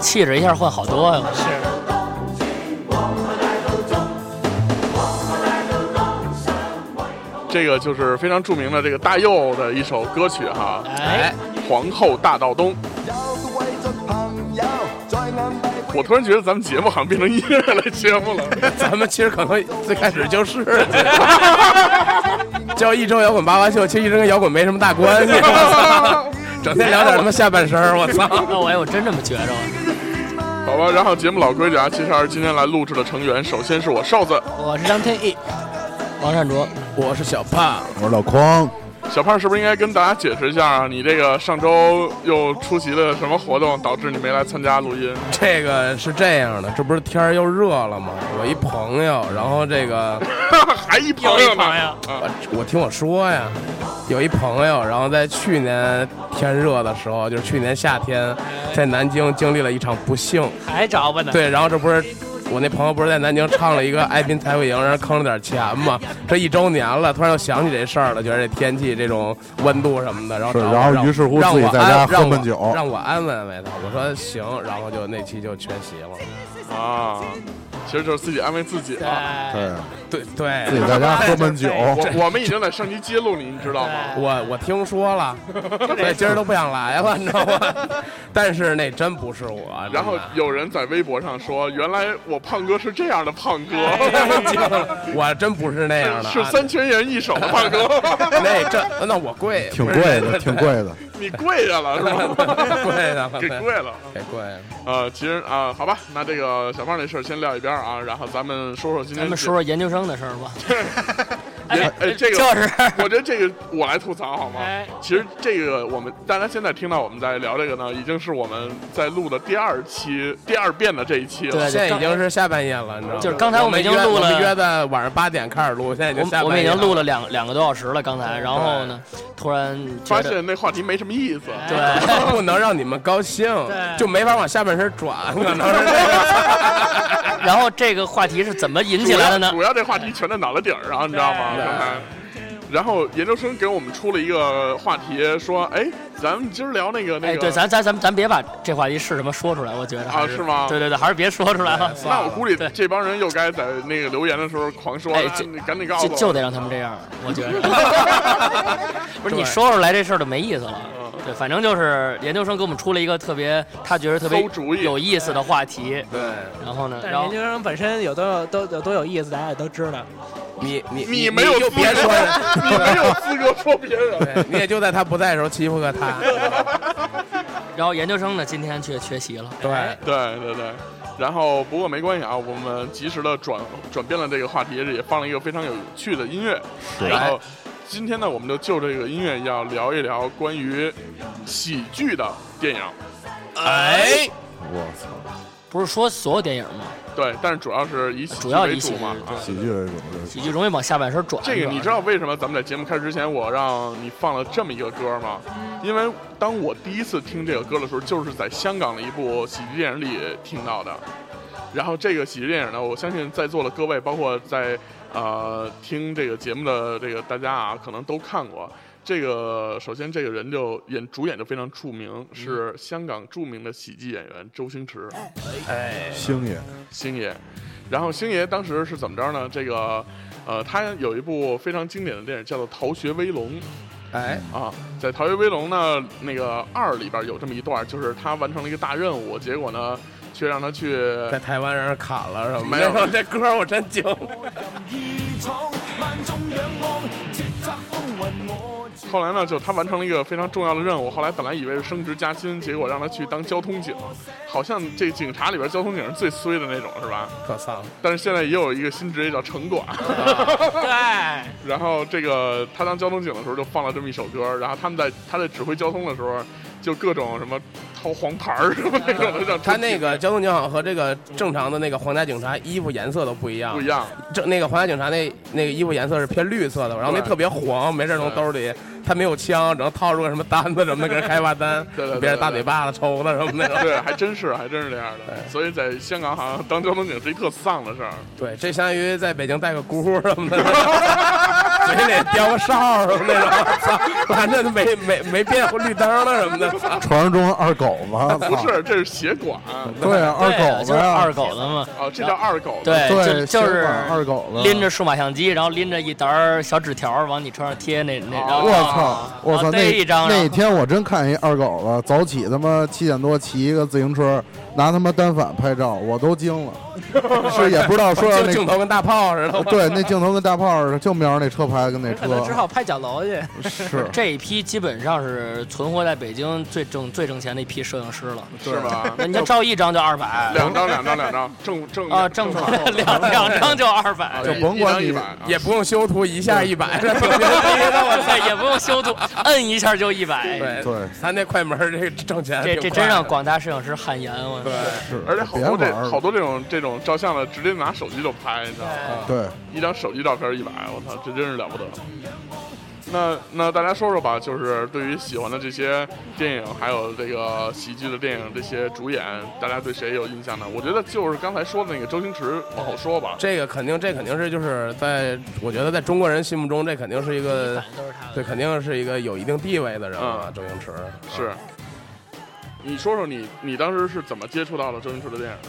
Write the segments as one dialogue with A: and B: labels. A: 气质一下换好多呀、
B: 这个就是非常著名的这个大佑的一首歌曲哈，
A: 哎，
B: 《皇后大道东》。我突然觉得咱们节目好像变成音乐类节目了。
C: 咱们其实可能最开始就是， 叫一周摇滚八卦秀，其实一直跟摇滚没什么大关系，整天聊点什么下半身儿，我操！
A: 那 我也我真这么觉着。
B: 好吧，然后节目老规矩啊，介绍今天来录制的成员，首先是我瘦子，
A: 我是张天翼，王善卓，
C: 我是小胖，
D: 我说老匡，
B: 小胖是不是应该跟大家解释一下啊？你这个上周又出席了什么活动，导致你没来参加录音？
C: 这个是这样的，这不是天儿又热了吗？我一朋友，然后这个
B: 还一朋友呢？
A: 朋友
B: 啊，
C: 我我听我说呀，有一朋友，然后在去年天热的时候，就是去年夏天，在南京经历了一场不幸，
A: 还找 吧呢。
C: 对，然后这不是我那朋友不是在南京唱了一个《爱拼才会赢》，让人坑了点钱嘛？这一周年了，突然又想起这事儿了，觉得这天气这种温度什么的，然后
D: 是
C: 找我
D: 然后
C: 让
D: 于是乎
C: 让
D: 自己
C: 我
D: 在
C: 安
D: 家
C: 让
D: 喝
C: 我
D: 闷酒
C: 让我安慰安慰他。我说行，然后就那期就缺席了。
B: 啊，其实就是自己安慰自己了、
D: 哎
A: 哎
C: 对
D: 对，
C: 对，
D: 自己在家喝闷酒，
B: 我我们已经在上期揭露你，你知道吗？
C: 我我听说 了，所以今儿都不想来了，你知道吗？ 但是那真不是我。真的
B: 然后有人在微博上说，原来我胖哥是这样的胖哥，
C: 我真不是那样的 啊，
B: 是三拳人一手的胖哥，
C: 那这那我贵，
D: 挺贵的，挺贵的。
B: 你 跪下了是吧？
C: 贵的，
B: 给跪了。
C: 给贵了。
B: 呃，其实啊、好吧，那这个小胖这事儿先撂一边儿啊，然后咱们说说今天
A: 咱们说说研究生的事儿吧。
B: 也 哎这个
A: 就是
B: 我觉得这个我来吐槽好吗
A: 哎？
B: 其实这个我们大家现在听到我们在聊这个呢，已经是我们在录的第二期、第二遍的这一期了。
A: 对
C: 现在已经是下半夜了，你知道吗？
A: 就是刚才我
C: 我
A: 们已经
C: 约
A: 录了
C: 我们约在晚上八点开始录，现在已经
A: 我
C: 下半
A: 们
C: 夜
A: 我们已经 录了两两个多小时了，刚才，然后呢，突然觉
B: 发
A: 得
B: 现那话题没什么意思。
A: 对，
C: 不能让你们高兴，
A: 对
C: 就没法往下半身 转，可能是这样。
A: 然后这个话题是怎么引起
B: 主
A: 来
B: 要
A: 的呢
B: 主？要这话题全在脑袋顶儿上，你知道吗？
A: 对
B: 刚才。然后研究生给我们出了一个话题，说：“哎，咱们今儿聊那个那
A: 哎，
B: 个。
A: 对，咱咱咱咱别把这话题是什么说出来，我觉得还
B: 啊是吗哎
A: 对对对，还是别说出来了。
B: 那我估计
A: 对
B: 这帮人又该在那个留言的时候狂说，
A: 哎
B: 啊
A: 这
B: 你赶紧告诉
A: 就
B: 我。
A: 就得让他们这样，我觉得。 不是你说出来这事儿就没意思了。
B: 嗯
A: 对，反正就是研究生给我们出了一个特别，他觉得特别
B: 馊主意
A: 有意思的话题。
C: 对，
A: 然后呢，
E: 但是
A: 然后
E: 研究生本身有多有都有多有意思，大家也都知道。
C: 你你
B: 你没有
C: 就
B: 资格
C: 别说
B: 你没有资格说别人。
C: 人，你也就在他不在的时候欺负 个他。
A: 然后研究生呢，今天却缺席了。
C: 对，
B: 对对对。然后不过没关系啊，我们及时的转转变了这个话题，也放了一个非常有趣的音乐。然后今天呢，我们就就这个音乐要聊一聊关于喜剧的电影。
A: 哎，
D: 我操，
A: 不是说所有电影吗？
B: 对，但是主要是以喜剧
A: 主要
B: 为
A: 以
B: 主
A: 喜剧
B: 嘛。啊
D: 喜剧为主
A: 喜，剧容易往下半身转。
B: 这个你知
A: 道
B: 道为什么咱们在节目开始之前我让你放了这么一个歌吗？因为当我第一次听这个歌的时候，就是在香港的一部喜剧电影里听到的。然后这个喜剧电影呢，我相信在座的各位，包括在呃听这个节目的这个大家啊，可能都看过。这个首先这个人就演主演就非常著名，是香港著名的喜剧演员周星驰。
C: 哎
D: 星爷
B: 星爷。然后星爷当时是怎么着呢？这个，呃，他有一部非常经典的电影叫做《逃学威龙》
C: 哎，
B: 啊，在《逃学威龙》呢那个二里边有这么一段，就是他完成了一个大任务，结果呢却让他去
C: 在台湾让人砍了什么？
B: 没有
C: 然后这歌我真惊。
B: 后来呢，就他完成了一个非常重要的任务。后来本来以为是升职加薪，结果让他去当交通警，好像这警察里边交通警是最衰的那种，是吧？
C: 可丧，
B: 但是现在也有一个新职业叫城管。
A: 对，
B: 然后这个他当交通警的时候就放了这么一首歌，然后他们在他在指挥交通的时候，就各种什么掏黄牌儿什么那种的，让
C: 他那个交通警好和这个正常的那个皇家警察衣服颜色都不一样
B: 不一，样，
C: 这那个皇家警察那那个衣服颜色是偏绿色的，然后那
B: 对
C: 特别黄，没事从兜里，他没有枪，然后掏出个什么单子什么的跟人开罚单
B: 对对对，
C: 别人大嘴巴子抽他什么的。
B: 对，还真是还真是这样的。所以在香港好像当交通警是一特丧的事儿。
C: 对，这相当于在北京带个箍什么的， 嘴里叼个哨什么那种，操反正没没没变过绿灯了什么的。操
D: 传说中二狗吗？
B: 不是，这是血管
D: 对啊，二
A: 对啊
D: 狗
A: 就是
D: 子呀，
A: 二狗子嘛，
B: 哦，这叫二狗子。
A: 对，
D: 对，
A: 就就是
D: 血管二狗子，
A: 拎着数码相机，然后拎着一沓儿小纸条儿往你车上贴，那那然后
D: 我操！我
A: 然后
D: 操！
A: 啊逮
D: 那
A: 一张，然
D: 那
A: 后
D: 天我真看一二狗子，早起他妈七点多骑一个自行车，拿他妈单反拍照，我都惊了，是也不知道说
C: 就
D: 那
C: 镜头跟大炮似的。
D: 哦对那镜头跟大炮似的，就瞄着那车拍跟那
E: 可能只
D: 车
E: 好拍角楼去。
D: 是
A: 这一批基本上是存活在北京最挣最挣钱的一批摄影师了。
B: 是吧？
A: 那你就照一张就二百，
B: 两张，两张，两张，正正
A: 啊，正
B: 反
A: 常 两两张就二百
B: 啊，
D: 就
B: 一
D: 甭
B: 一张
D: 管
B: 一
D: 你
B: 百啊
C: 也不用修图，一下一百。
A: 我操，也不用修图，摁一下就一百。
C: 对，
D: 对
C: 咱那快门儿这个挣钱
A: 这
C: 挺
A: 这
C: 快
A: 真让
C: 的
A: 广大摄影师汗颜，我
C: 对。
D: 是，
B: 而且好
D: 别
B: 多
D: 玩
B: 这
D: 儿
B: 好多这种这种照相的，直接拿手机就拍，你知道吗？
D: 对
B: 一张手机照片一百，我操，这真是了不得。那那大家说说吧，就是对于喜欢的这些电影，还有这个喜剧的电影，这些主演，大家对谁有印象呢？我觉得就是刚才说的那个周星驰往后说吧。
C: 这个肯定，这肯定是就是在我觉得在中国人心目中，这肯定是一个
E: 反正都是他
C: 对，肯定是一个有一定地位的人啊
B: 嗯，
C: 周星驰
B: 是。你说说你你当时是怎么接触到了周星驰的电影的？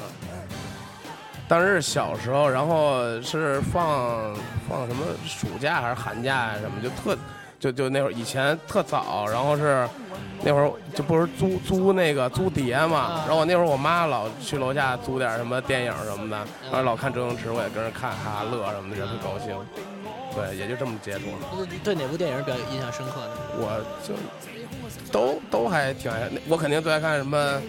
C: 当时是小时候，然后是放放什么暑假还是寒假呀什么，就特就就那会儿以前特早，然后是那会儿就不是租租那个租碟
E: 嗯
C: 嘛，然后我那会儿我妈老去楼下租点什么电影什么的，
E: 嗯
C: 然后老看周星驰，我也跟着看，哈哈乐什么的，人特高兴。对，也就这么接触了。
E: 对对哪部电影比较印象深刻呢？
C: 我就都都还挺爱，我肯定最爱看什么，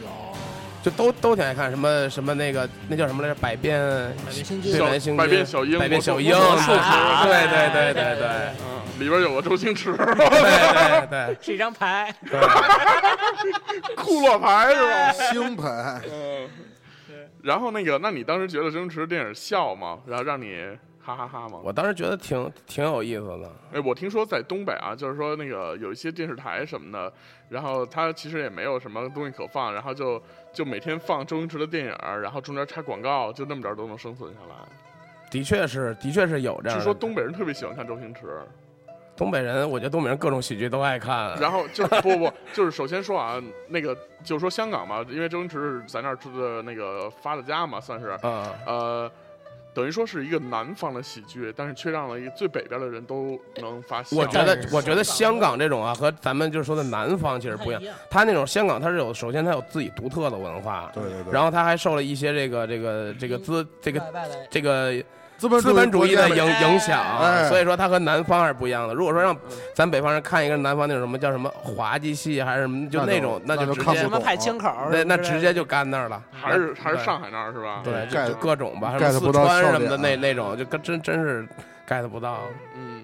C: 就都都挺爱看什么什么那个那叫什么来着，百变
E: 百变星君
C: 对百变星君
B: 百变小樱
C: 百变小樱，
B: 我
C: 对
B: 做梦
C: 对对对对对
B: 嗯，里边有个周星驰，
C: 对对
E: 是一张牌，
C: 对，
B: 库洛牌是吧？
D: 星牌，
B: 然后那个，那你当时觉得周星驰电影笑吗？然后让你哈哈哈吗？
C: 我当时觉得挺挺有意思的，
B: 哎，我听说在东北啊，就是说那个有一些电视台什么的，然后他其实也没有什么东西可放，然后就就每天放周星驰的电影儿，然后中间插广告，就那么着都能生存下来。
C: 的确是的确是有这样
B: 据
C: 的。
B: 说东北人特别喜欢看周星驰，
C: 东北人，我觉得东北人各种喜剧都爱看。
B: 然后就不不就是首先说啊，那个就是说香港嘛，因为周星驰是在那儿出的那个发的家嘛，算是
C: 啊，
B: 呃。等于说是一个南方的喜剧，但是却让了一个最北边的人都能发笑。
C: 我觉得我觉得香港这种啊，和咱们就是说的南方其实不一样。
E: 样。
C: 他那种香港，他是有首先他有自己独特的文化，
D: 对对对。
C: 然后他还受了一些这个这个这个资这个
E: 外外来
C: 这个
D: 资本
C: 资本主义的
D: 国
C: 影
D: 家
E: 哎
C: 影响啊
D: 哎，
C: 所以说它和南方还是不一样的。如果说让咱北方人看一个南方那种什么叫什么滑稽戏还是什么，就
D: 那就
C: 种
D: 那
C: 那
D: 就
C: 直
D: 看
C: 接
E: 什
D: 不
E: 么派清口儿
C: 那
E: 什么
C: 那
E: 之类的，
C: 直接就干那儿了，
B: 还是还是
C: 对
B: 上海那儿是吧？
C: 对，
D: 盖
C: 就就各种吧，什
D: get
C: 么四
D: 不到啊
C: 川
D: 笑
C: 什么的那
D: 点
C: 那种，就跟真真是 get 不到。
B: 嗯，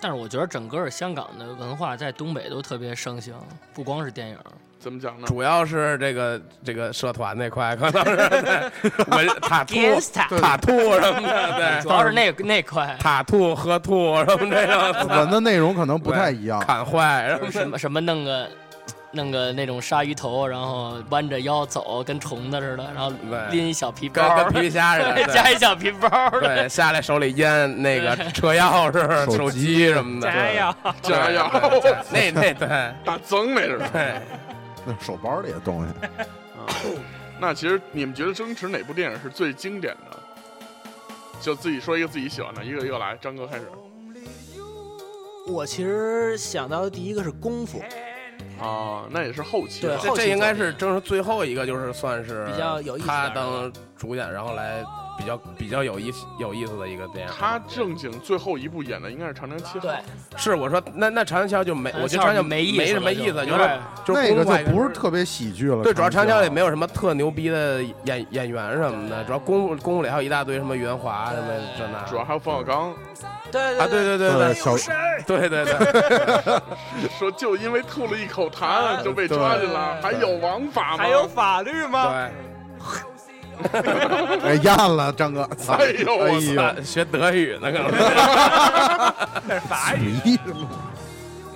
A: 但是我觉得整个香港的文化在东北都特别盛行，不光是电影，
B: 怎么讲呢？
C: 主要是这个这个社团那块，可能是对文塔兔
A: Gangsta
C: 塔兔什么的，
A: 主
C: 对，
A: 要是那那块
C: 塔兔喝兔什么这 种
D: 文的内容可能不太一样，
C: 砍坏，然后
A: 什么什么弄个弄个那种鲨鱼头，然后弯着腰走，跟虫子似的，然后
C: 对
A: 拎一小皮包
C: 跟
A: 儿，
C: 跟皮皮虾似的，对
A: 加一小皮包儿，
C: 对，下来手里烟那个车钥匙、手
D: 手
C: 机什么的，
A: 加哎呀，
C: 对
B: 加油！
C: 对对那那对
B: 大增那是。
C: 对，
D: 那手包里的东西。
B: 那其实你们觉得周星驰哪部电影是最经典的？就自己说一个自己喜欢的，一个一个来。张哥开始
E: 我其实想到的第一个是功夫，
B: 啊，那也是后期
E: 对
B: 了。
E: 后
C: 这
E: 期
C: 这应该
E: 作品
C: 是正是最后一个，就是算是
E: 比较有意思
C: 他
E: 点儿的
C: 当主演，然后来比较比较有意思有意思的一个电影。
B: 他正经最后一部演的应该是《长江七号
A: 对》，，
C: 是我说那那长江桥就没，我觉得
A: 长
C: 长
A: 江桥
C: 江
A: 没意思
C: 没什
A: 了
C: 么
A: 就
C: 意思，就
A: 对
C: 是就是公
D: 那个就
C: 坏
D: 不是特别喜剧了。
C: 对，主要长
D: 长江
C: 江
D: 桥
C: 也没有什么特牛逼的演演员什么的，主要功夫功夫里还有一大堆什么袁华什么这那。
B: 主要还有冯小刚，
E: 对
C: 啊，对对对
D: 对
C: 对
D: 小
C: 对对对，
B: 说就因为吐了一口痰就被抓进了，还
C: 对
B: 有王法吗？
E: 还有法律吗？
C: 对。
D: 哎咽了，张哥，操
B: 哎呦我操
D: 哎呦，
C: 啊 学德语呢，可能
D: 法语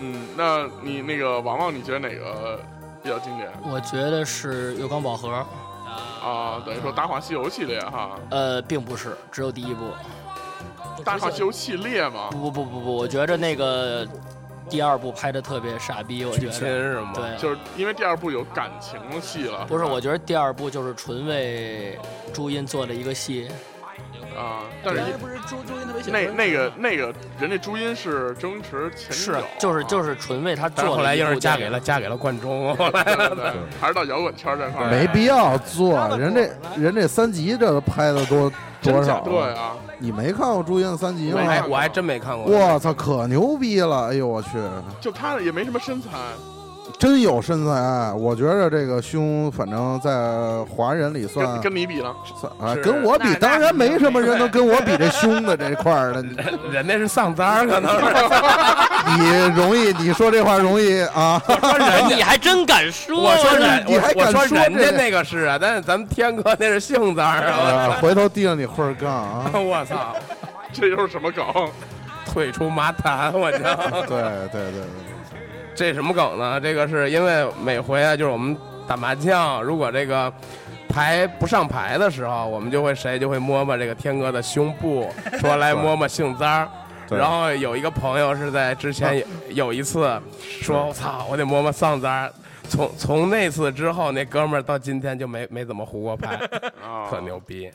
B: 嗯，那你那个王王，你觉得哪个比较经典
A: 我觉得是月光宝盒，
B: 啊？等于说《大话西游》系列哈，
A: 呃，并不是，只有第一部。
C: 啊
B: 《大话西游》系列嘛，
A: 不不不不不，我觉着那个第二部拍的特别傻逼，我觉
C: 娶亲
A: 得。
C: 是吗？
A: 对，
B: 就是因为第二部有感情戏了，
A: 不是，我觉得第二部就是纯为朱茵做的一个戏，
B: 啊，但
E: 原来
B: 是
E: 不是朱朱茵特别喜欢
B: 那那个那个人家朱茵是周星驰前啊女
A: 是
B: 友，，
A: 就是就是是纯为她做
C: 啊但
A: 了一
C: 是
A: 部电影。
C: 后来要是嫁给了嫁给了冠中，后来
B: 对对对，还是到摇滚圈这块儿
D: 没必要
E: 张
D: 做，
E: 大
D: 人
E: 狗
D: 这
E: 来
D: 人这三级这拍的多
B: 真
D: 多
B: 假
D: 少？
B: 对，啊，
D: 你没看过朱茵的三级
C: 我
D: 吗？
C: 还我还真没看过。
D: 我操，可牛逼了！哎呦我去，
B: 啊就他也没什么身材，
D: 真有身材。我觉着这个胸，反正在华人里算
B: 跟跟你比呢，
D: 算啊，
C: 是
D: 跟我比
C: 那，
D: 当然没什么人能跟我比这胸的这块儿的。
C: 人那是丧သား儿，可能是
D: 你容易，你说这话容易啊？
A: 你还真敢说呢？
C: 我说人，
D: 你还
C: 我
D: 敢
C: 我
D: 说
C: 人
D: 这
C: 家
D: 个
C: 那个是啊，但是咱们天哥那是性သား儿啊！
D: 啊回头递上你会儿杠啊！
C: 我操，
B: 这又是什么梗？啊
C: 退出麻坛，我
D: 对
C: 操！
D: 对对对，
C: 这什么梗呢？这个是因为每回啊，就是我们打麻将，如果这个牌不上牌的时候，我们就会谁就会摸摸这个天哥的胸部，说来摸摸性脏儿。
D: 对
C: 然后有一个朋友是在之前有有一次说：“我操，我得摸摸丧脏儿。”从从那次之后，那哥们儿到今天就没没怎么胡过牌，
B: 啊，
C: 特牛逼。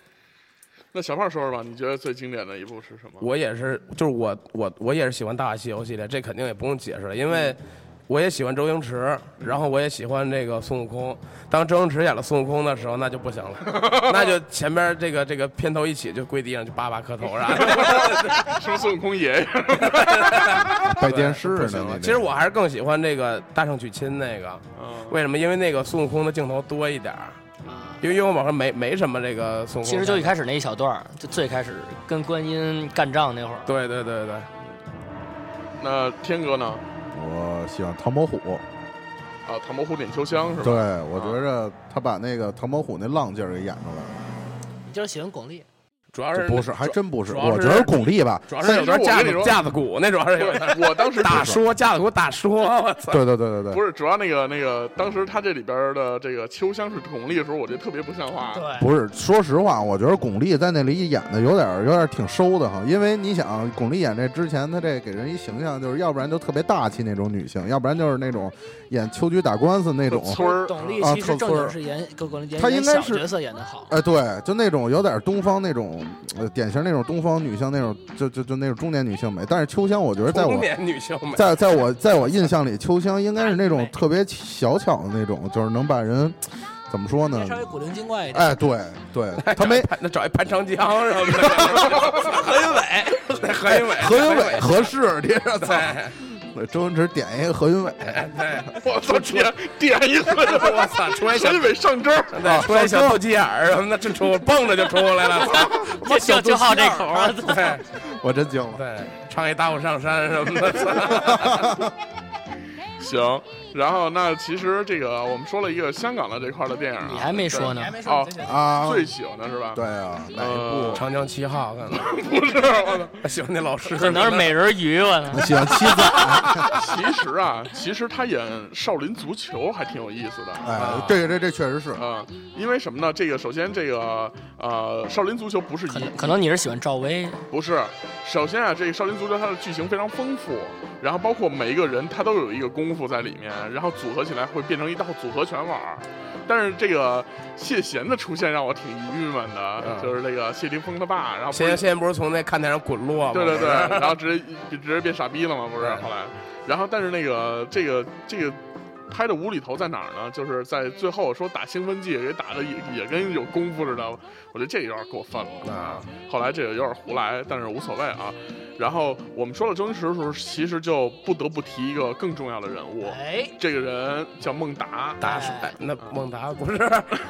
B: 那小胖说说吧，你觉得最经典的一部是什么？
C: 我也是，就是我我我也是喜欢《大话西游》系列，这肯定也不用解释了，因为我也喜欢周星驰，然后我也喜欢这个孙悟空。当周星驰演了孙悟空的时候，那就不行了，那就前边这个这个片头一起就跪地上就叭叭磕头啥 的，
B: 是不是孙悟空爷 爷？
D: 拜电视
C: 不
D: 呢
C: 行
D: 你
C: 了。
D: 这
C: 其实我还是更喜欢这个大圣娶亲那个，
D: 嗯
C: 为什么？因为那个孙悟空的镜头多一点儿，因为因为我好像没没什么这个孙悟空。
A: 其实就一开始那一小段儿，就最开始跟观音干仗那会儿。
C: 对对对对，
B: 那天哥呢？
D: 我喜欢唐伯虎，
B: 啊，唐伯虎点秋香是
D: 对
B: 吧？
D: 我觉着他把那个唐伯虎那浪劲儿给演出来了。
E: 你就是喜欢巩俐，
C: 主要
D: 这
C: 是
D: 不是，还真不是。
C: 主要
D: 我觉得巩俐吧，
C: 主要是有段架子架子鼓，那主要是有段。
B: 我 当时
C: 大说架子鼓打说，我操！
D: 对对对对
B: 不
D: 对，
B: 是主要那个那个，当时他这里边的这个秋香是巩俐的时候，我觉得特别不像话。
E: 啊
D: 不是。说实话，我觉得巩俐在那里演的有点儿有点儿挺收的哈，因为你想，巩俐演这之前，她这给人一形象就是，要不然就特别大气那种女性，要不然就是那种演秋菊打官司那种。
B: 村儿
E: 巩
D: 啊
E: 俐其
D: 特
E: 实
D: 村
E: 正
D: 儿
E: 经是演巩巩俐演
D: 她应该
E: 演小
D: 是
E: 角色演的好，
D: 哎，对，就那种有点东方那种，呃，典型那种东方女性那种，就就就那种中年女性美。但是秋香，我觉得在
C: 中
D: 我
C: 年女性美，
D: 在在我在我印象里，秋香应该是那种
A: 美
D: 特别小巧的那种，就是能把人怎么说呢？
E: 稍微古灵精怪一点。
D: 哎，对对，她没
C: 那找一潘长江什么 的，何云伟，何云伟，
D: 何云伟合适，你说操？
C: 对
D: 周星驰点一个何云伟，
C: 对，
B: 我操，点点一个，
C: 我操，出来小
B: 山北上针儿，
C: 对，出来小斗鸡眼儿什么的，这出蹦着就出来了，
A: 就就就好这口儿，
C: 对
D: 我真惊了。
C: 对，唱一打虎上山什么 的，
B: 行。然后那其实这个我们说了一个香港的这块儿的电影啊，
A: 你还没说呢。
B: 哦，
D: 啊，
B: 最喜欢的是吧？
D: 对啊，哪
B: 呃
D: 一
C: 长江七号可能
B: 不是我操。
C: 哎喜欢那老师，
A: 可能是美人鱼我操
D: 部？喜欢妻子，
B: 其实啊，其实他演少林足球还挺有意思的。
D: 哎，这个这这确实是，
B: 啊、因为什么呢？这个首先，这个呃，少林足球不是
A: 可
B: 一
A: 啊能可能你是喜欢赵薇，
B: 不是，首先啊，这个《少林足球》它的剧情非常丰富，然后包括每一个人他都有一个功夫在里面，然后组合起来会变成一道组合拳法儿。但是这个谢贤的出现让我挺郁闷的，
C: 嗯
B: 就是这个谢霆锋他爸，然后不
C: 现
B: 是
C: 在现在不是从那看台上滚落吗？
B: 对对对， 然后直接直接变傻逼了嘛，不是
C: 对
B: 后来，然后但是那个这个这个拍的无厘头在哪儿呢？就是在最后说打兴奋剂给打的也也跟有功夫似的，我觉得这有点过分了
C: 啊。
B: 后来这个有点胡来，但是无所谓啊。然后我们说到周星驰的时候，其实就不得不提一个更重要的人物，
A: 哎，
B: 这个人叫孟达。
C: 达是哎那孟达不是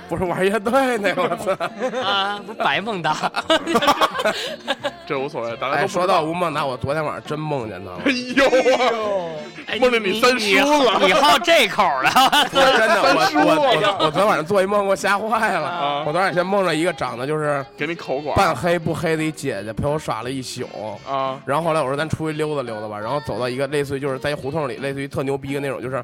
C: 不是玩乐队那个，我操！
A: 啊，不是白孟达，
B: 这无所谓，大家都
C: 哎，
B: 不知
C: 说
B: 道
C: 到吴孟达，我昨天晚上真梦见他了
B: 哎，呦啊，
A: 哎
B: 梦见你三叔 了
A: 你好这口儿了，
C: 不是 真的，我
B: 三叔
C: 我
B: 啊
C: 我我昨天晚上做一梦给我吓坏了。
B: 啊
C: 我昨天晚上梦着一个长得就是
B: 给你口管
C: 半黑不黑的一姐姐陪我耍了一宿，
B: 啊，
C: 然后后来我说咱出去溜达溜达吧，然后走到一个类似于就是在一胡同里，类似于特牛逼的那种，就是，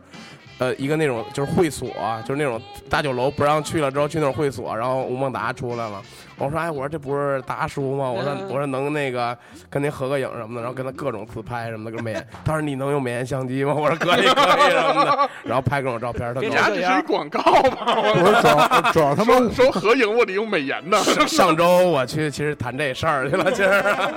C: 呃，一个那种就是会所、啊就是那种大酒楼不让去了之后去那种会所，然后吴孟达出来了，我说哎，我说这不是达叔吗？我说
A: 嗯
C: 我说能那个跟您合个影什么的，然后跟他各种自拍什么的，跟美颜，他说你能用美颜相机吗？我说可以可以什么的，然后拍各种照片，他
E: 别
C: 跟
B: 人
C: 我
B: 家
E: 拿
B: 这是一广告吧？我
D: 不是主要主要他妈
B: 说说合影我得用美颜 的，
C: 上周我去，其实谈这事儿去了，今儿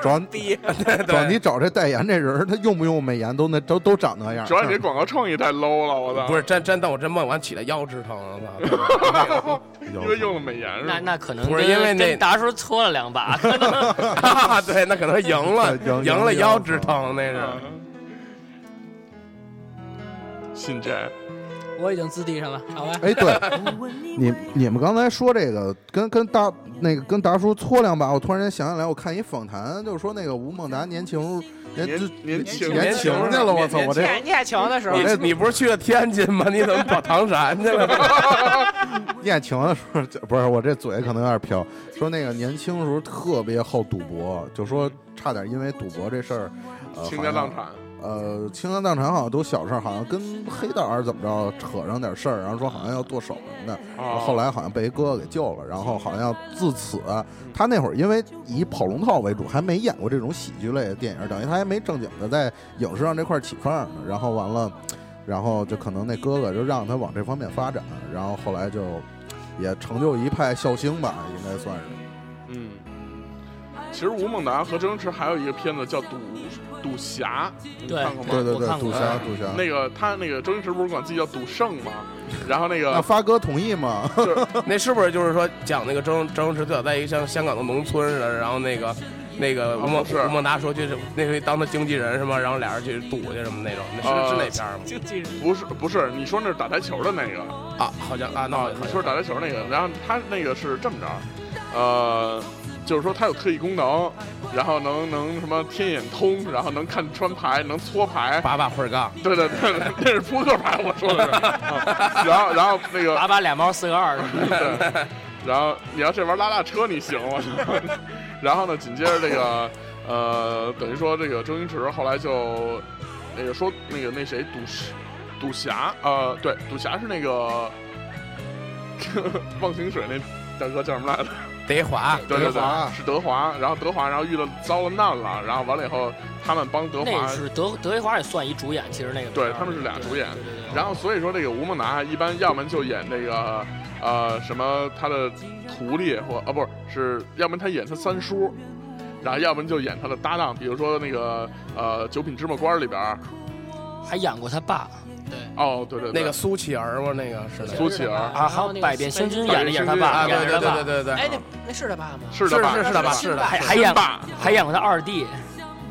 D: 主要
E: 逼，
D: 主要你找这代言这人，他用不用美颜都那都都长那样。
B: 主要你这广告创意太 low 了，我操！
C: 不是真真，但我真梦完起来腰直疼， 我操！
D: 因
B: 因为用了美颜是
A: 那
B: 吧？
A: 那可能
C: 不是
A: 跟
C: 因为那
A: 跟达叔搓了两 把，可能
C: 啊，对，那可能赢了，
D: 对 赢
C: 赢了
D: 赢
C: 腰
D: 了
C: 直疼，啊那是。
B: 嗯信斋，
E: 我已经自地上了，好吧？
D: 哎，对，你你们刚才说这个跟跟大那个跟达叔搓两把，我突然间想起来，我看一访谈，就是说那个吴孟达年轻时候
B: 年
D: 哎年
B: 年轻
D: 年轻去了，我操，我
E: 你
D: 这
E: 还你还瞧那时候
D: 我，这
C: 你你不是去了天津吗？你怎么跑唐山去了？
D: 念情的时候，不是我这嘴可能有点飘，说那个年轻时候特别好赌博，就说差点因为赌博这事儿，呃，
B: 倾家荡产，
D: 呃，倾家荡产好像都小事儿，好像跟黑道还是怎么着扯上点事儿，然后说好像要剁手什么的。
B: 哦
D: 后来好像被一哥哥给救了，然后好像自此他那会儿因为以跑龙套为主，还没演过这种喜剧类的电影，等于他还没正经的在影视上这块儿起范儿呢。然后完了，然后就可能那哥哥就让他往这方面发展，然后后来就也成就一派笑星吧，应该算是。
B: 嗯，其实吴孟达和周星驰还有一个片子叫《赌赌侠》，你
A: 对
B: 看过吗？
D: 对对
A: 我
D: 对
A: 看，过
D: 赌侠赌侠。
B: 那个他那个周星驰不是管自己叫赌圣吗？然后那
D: 那
B: 个
D: 发哥同意吗？
C: 那是不是就是说讲那个周周星驰最早在一个像香港的农村似的，然后那个那个吴孟
B: 啊不是
C: 吴孟达说去那回当他经纪人是吗？然后俩人去赌去什么那种，那
B: 呃
C: 是是那片儿吗？
E: 经纪人
B: 不是不是，你说那是打台球的那个
C: 啊，好像啊，那
B: 啊
C: 好，像
B: 你说是打台球那个，然后他那个是这么着，呃。就是说他有特异功能，然后能能什么天眼通，然后能看穿牌，能搓牌，
C: 把把会杠，
B: 对对对，对那是扑克牌，我说的是。啊然后然后那个
A: 八把俩猫四个二，
B: 对，然后你要这玩拉拉车你行吗？然后呢，紧接着这个呃，等于说这个周星驰后来就那个说那个那谁赌石赌侠呃，对，赌侠是那个 忘情水那大哥叫什么来着？
C: 得滑，
B: 对对
D: 德华
B: 对，是德华。然后德华，然后遇到遭了难了，然后完了以后，他们帮德华
A: 那是德德维华也算一主演，其实那个
B: 对
A: 片儿
B: 他们是俩主演
A: 对对对对
B: 然后所以说这个吴孟达一般要么就演那个呃什么他的徒弟或啊不是是，要么他演他三叔，然后要么就演他的搭档，比如说那个呃《九品芝麻官》里边儿，
A: 还演过他爸
B: 哦对对对，
C: 那个苏乞儿吗？那个是的
B: 苏乞儿
A: 啊，还有百变星君演的也是 他
B: 百
A: 爸，
C: 啊，
B: 变
C: 对
A: 演的
C: 对
A: 他爸，
C: 对对对对，
E: 哎，那那是他爸吗？
B: 是
C: 是
B: 的吧？
C: 是是的吧？哎
E: 是
C: 是的，
A: 还还
B: 真
A: 演
B: 爸
A: 还演过他二弟，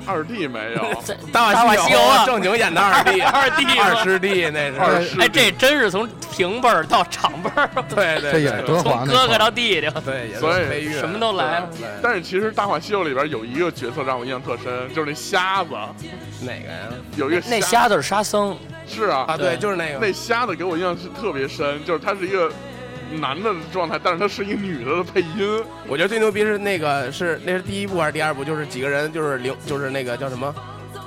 B: 二弟没有，
A: 在
C: 大
A: 大
C: 话
A: 话
C: 西
A: 西
C: 游
A: 游
C: 啊
A: 啊
C: 正经演的二弟，
A: 二弟嘛
C: 二师弟那是，
B: 二师
A: 哎，
B: 弟
A: 这真是从平辈儿到长辈儿，
C: 对对，
D: 这也是啊德华
A: 从
D: 那
A: 哥
D: 块
A: 哥
D: 儿
A: 到弟弟，
C: 对，也是
B: 所以
C: 飞跃
A: 什么都来了。
C: 对
B: 但是其实《大话西游》里边有一个角色让我印象特深，就是那瞎子，
C: 哪个呀？
B: 有一个
A: 那瞎子是沙僧，
B: 是啊，
C: 啊，对，
A: 对
C: 就是那个
B: 那瞎子给我印象是特别深，就是他是一个男的状态，但是他是一女的的配音。
C: 我觉得最牛逼是那个是那是第一部还是第二部？就是几个人就是灵就是那个叫什么，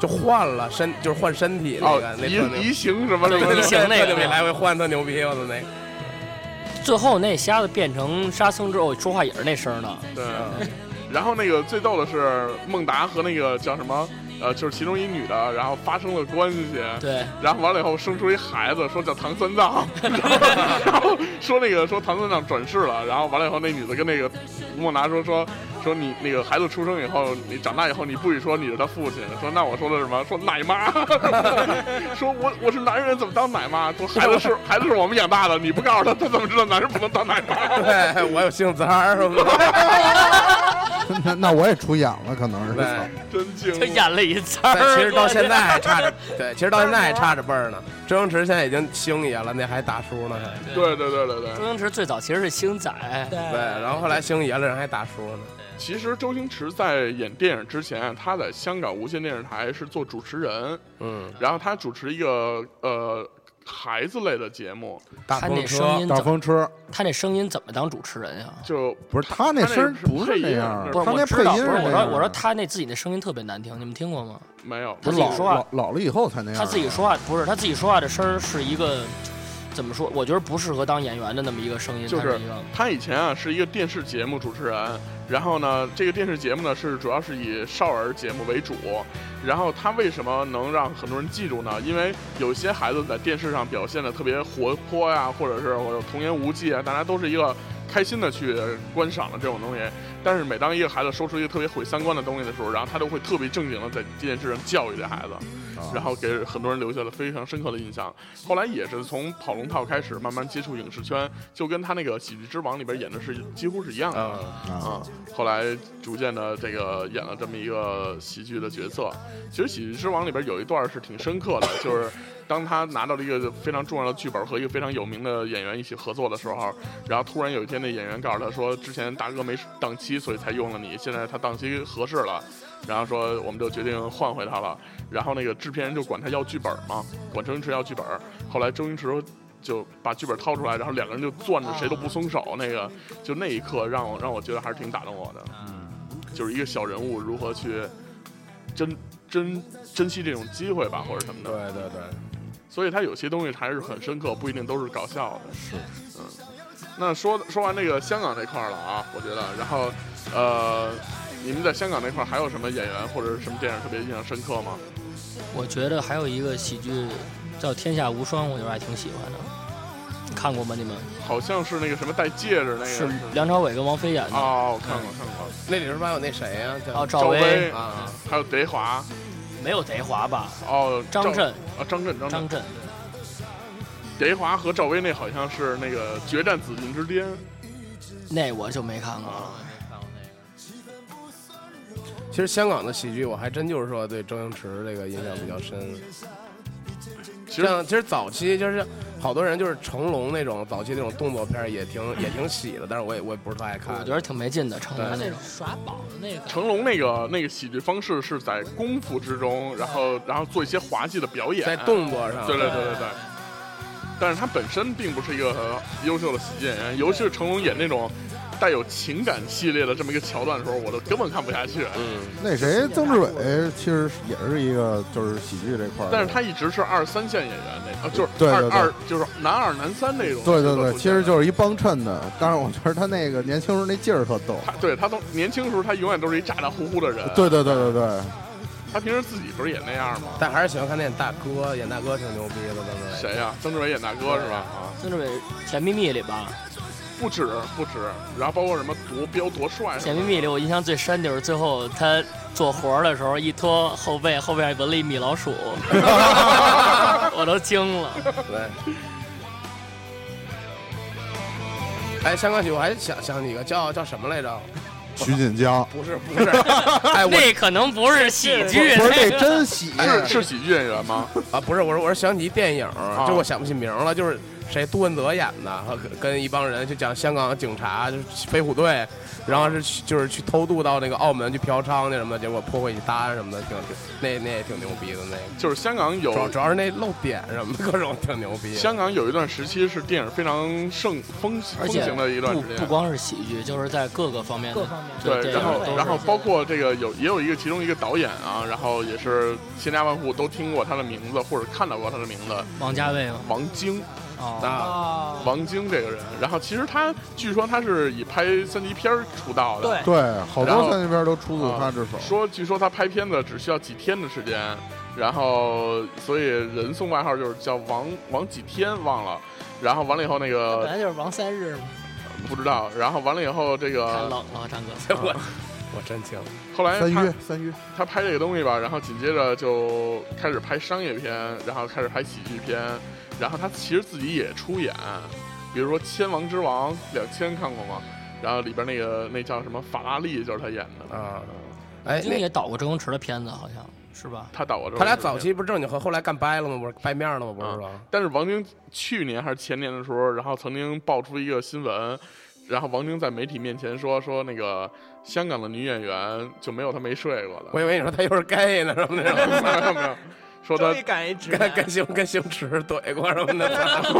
C: 就换了身就是换身体那
B: 哦
C: 个，那特
B: 移
C: 牛
B: 移形什么的，
A: 对
C: 特
A: 移形那个
C: 特牛逼，来回换特牛逼，我的那个。
A: 最后那瞎子变成沙僧之后说话也是那声儿呢，
B: 对。然后那个最逗的是孟达和那个叫什么呃，就是其中一女的，然后发生了关系，
A: 对，
B: 然后完了以后生出一孩子，说叫唐三 藏，然后然后说那个说唐三藏转世了，然后完了以后那女的跟那个莫拿说说说你那个孩子出生以后，你长大以后你不许说你是他父亲，说那我说的是什么？说奶 妈，说我我是男人怎么当奶妈？说孩子是孩子是我们养大的，你不告诉他，他怎么知道男人不能当奶 妈？
C: 对 我有姓杂儿什么的，
D: 那那我也出演了，可能是。
C: 对
B: 真精
A: 他演了一 次儿
C: 但其实到现在还
A: 对
C: 差着，对，其实到现在还差着辈儿呢。周星驰现在已经星爷了，那还大叔呢，还
B: 对对对对对
A: 周，星驰最早其实是星仔，
C: 对，然后后来星爷了，人还大叔呢。
B: 其实周星驰在演电影之前，他在香港无线电视台是做主持人，
C: 嗯，
B: 然后他主持一个呃孩子类的节目，
C: 大
A: 他那
C: 风
A: 声
C: 车
A: 音
D: 大
A: 怎么，
D: 风车
A: 他那声音怎么当主持人呀？
B: 就
D: 不是他那声儿不是那样儿，
B: 不
A: 不是
D: 他那
A: 我
D: 配
A: 知道，
D: 音
A: 不
D: 是
A: 是
D: 那
A: 我
D: 样
A: 说
D: 儿
A: 我说他那自己那声音特别难听，你们听过吗？
B: 没有
A: 他自
D: 不是
A: 己
D: 老
A: 说话
D: 老老了以后才那样儿。啊
A: 他自己说话不是他自己说话的声儿是一个怎么说？我觉得不适合当演员的那么一个声音，
B: 就
A: 它
B: 是
A: 一个
B: 他以前啊是一个电视节目主持人，然后呢，这个电视节目呢是主要是以少儿节目为主。然后他为什么能让很多人记住呢？因为有些孩子在电视上表现的特别活泼呀、或者是我有童言无忌啊，大家都是一个开心的去观赏的这种东西。但是每当一个孩子说出一个特别毁三观的东西的时候，然后他都会特别正经的在电视上教育这孩子。
D: 啊
B: 然后给很多人留下了非常深刻的印象。后来也是从跑龙套开始，慢慢接触影视圈，就跟他那个《喜剧之王》里边演的是几乎是一样的啊、
C: 嗯，
D: 啊，
B: 后来逐渐的这个演了这么一个喜剧的角色。其实《喜剧之王》里边有一段是挺深刻的，就是当他拿到了一个非常重要的剧本和一个非常有名的演员一起合作的时候，然后突然有一天那演员告诉他说，之前大哥没档期，所以才用了你，现在他档期合适了。然后说我们就决定换回他了，然后那个制片人就管他要剧本嘛，管周星驰要剧本。后来周星驰就把剧本掏出来，然后两个人就攥着谁都不松手，那个就那一刻让我让我觉得还是挺打动我的。就是一个小人物如何去珍珍珍惜这种机会吧，或者什么
C: 对
B: 的。
C: 对对，
B: 所以他有些东西还是很深刻，不一定都是搞笑的。是，嗯。那说说完这个香港这块儿了啊，我觉得，然后呃，你们在香港那块儿还有什么演员或者是什么电影特别印象深刻吗？
A: 我觉得还有一个喜剧叫《天下无双》，我就还挺喜欢的。看过吗？你们
B: 好像是那个什么戴戒指那个
A: 是
B: 吧
A: 梁朝伟跟王菲演的。
B: 哦，我看过看过，
C: 那里边还有那谁呀？
A: 哦，
C: 叫
A: 赵
B: 薇
A: 薇
C: 啊，
B: 还有德华
A: 没有贼华吧？
B: 哦，
A: 张震，
B: 啊张震张
A: 张
B: 震，
A: 震，
B: 德华和赵薇那好像是那个《决战紫禁之巅》
A: 那我就没看过。
B: 啊，
C: 其实香港的喜剧，我还真就是说对周星驰这个印象比较深。
B: 哎其实
C: 像其实早期就是好多人就是成龙那种早期那种动作片儿也挺也挺喜的，但是我也我也不是特爱看。
A: 我觉得挺没劲的，成龙
C: 对
A: 那
E: 那
A: 种
E: 种。耍宝的那个，
B: 成龙那个那个喜剧方式是在功夫之中，然后然后做一些滑稽的表演，
C: 在
A: 啊
C: 动作上，
B: 对对对对对。但是他本身并不是一个呃优秀的喜剧演员，尤其是成龙演那种带有情感系列的这么一个桥段的时候，我都根本看不下去。
C: 嗯
D: 那谁曾志伟其实也是一个就是喜剧这块儿的，
B: 但是他一直是二三线演员那，啊，就是
D: 对对
B: 二
D: 对
B: 二就是男二男三那种角
D: 对
B: 色出现的。
D: 对对，其实就是一帮衬的。但是我觉得他那个年轻时候那劲儿特逗。
B: 他，对他从年轻时候他永远都是一咋咋呼呼的人。，
D: 对对对对对，
B: 他平时自己不是也那样吗？
C: 但还是喜欢看那演大哥，演大哥挺牛逼的，对不对？
B: 谁呀、曾志伟演大哥是吧？啊。
A: 曾志伟《甜蜜蜜》里吧，
B: 不止不止，然后包括什么夺标夺帅
A: 《
B: 什
A: 甜
B: 么
A: 蜜蜜》里我印象最深就是最后他做活儿的时候一拖后背，后背还纹了一米老鼠，我都惊了。
C: 对。哎，香港喜剧我还想想起一个叫叫什么来着？
D: 徐锦江
C: 不是不是， 哎我
A: 那可能不是喜剧，
D: 不是这真喜，
B: 的，是是喜剧演员吗？
C: 啊不是，我说我是想起一电影，就我想不起名了，就是谁杜汶泽演的，和跟跟一帮人就讲香港警察就是飞虎队，然后是去就是去偷渡到那个澳门去嫖娼去什么的，结果破获一单什么的，挺挺那那也挺牛逼的那个。
B: 就是香港
C: 主要
B: 有
C: 主要是那漏点什么的各种挺牛逼的。
B: 香港有一段时期是电影非常盛风
A: 而
B: 风
A: 且
B: 行的一段
A: 不
B: 时
A: 不
B: 间。
A: 光是喜剧，就是在各个方面
E: 各
A: 的。
E: 方面
A: 对
B: 对，
A: 这
B: 然
A: 样
B: 后
A: 都是
B: 然后包括这个有也有一个其中一个导演啊，然后也是千家万户都听过他的名字或者看到过他的名字，
A: 王家卫嘛，
B: 王晶。
A: 哦，
C: 啊，
F: 啊，
B: 王晶这个人。然后其实他据说他是以拍三级片儿出道的，
F: 对，
D: 对，好
B: 然后
D: 多三级片都出自他之手。
B: 说据说他拍片子只需要几天的时间，然后所以人送外号就是叫王王几天忘了，然后完了以后那
F: 本
B: 个
F: 来就是王三日嘛，
B: 不知道，然后完了以后这
A: 看
B: 个
A: 老老张哥，我
C: 我真行，
B: 后来
D: 三
B: 他
D: 约三约，
B: 他拍这个东西吧，然后紧接着就开始拍商业片，然后开始拍喜剧片，然后他其实自己也出演，比如说《千王之王》两千看过吗？然后里边那个 那叫什么法拉利就是他演的，
C: 啊，哎，
A: 经
C: 那
A: 也导过周星驰的片子，好像是吧？
B: 他导过这个
C: 他俩
B: 片
C: 早期不是正经和后来干掰了吗？不是掰面了吗？不
D: 啊
C: 是说，
B: 但是王晶去年还是前年的时候，然后曾经爆出一个新闻，然后王晶在媒体面前说说那个香港的女演员就没有她没睡过 的，
C: 我以为你说他又是 gay 呢什么那种，
B: 没有没有，说她
E: 终于赶一直
C: 跟
E: 男，
C: 跟星跟星驰怼过什么的，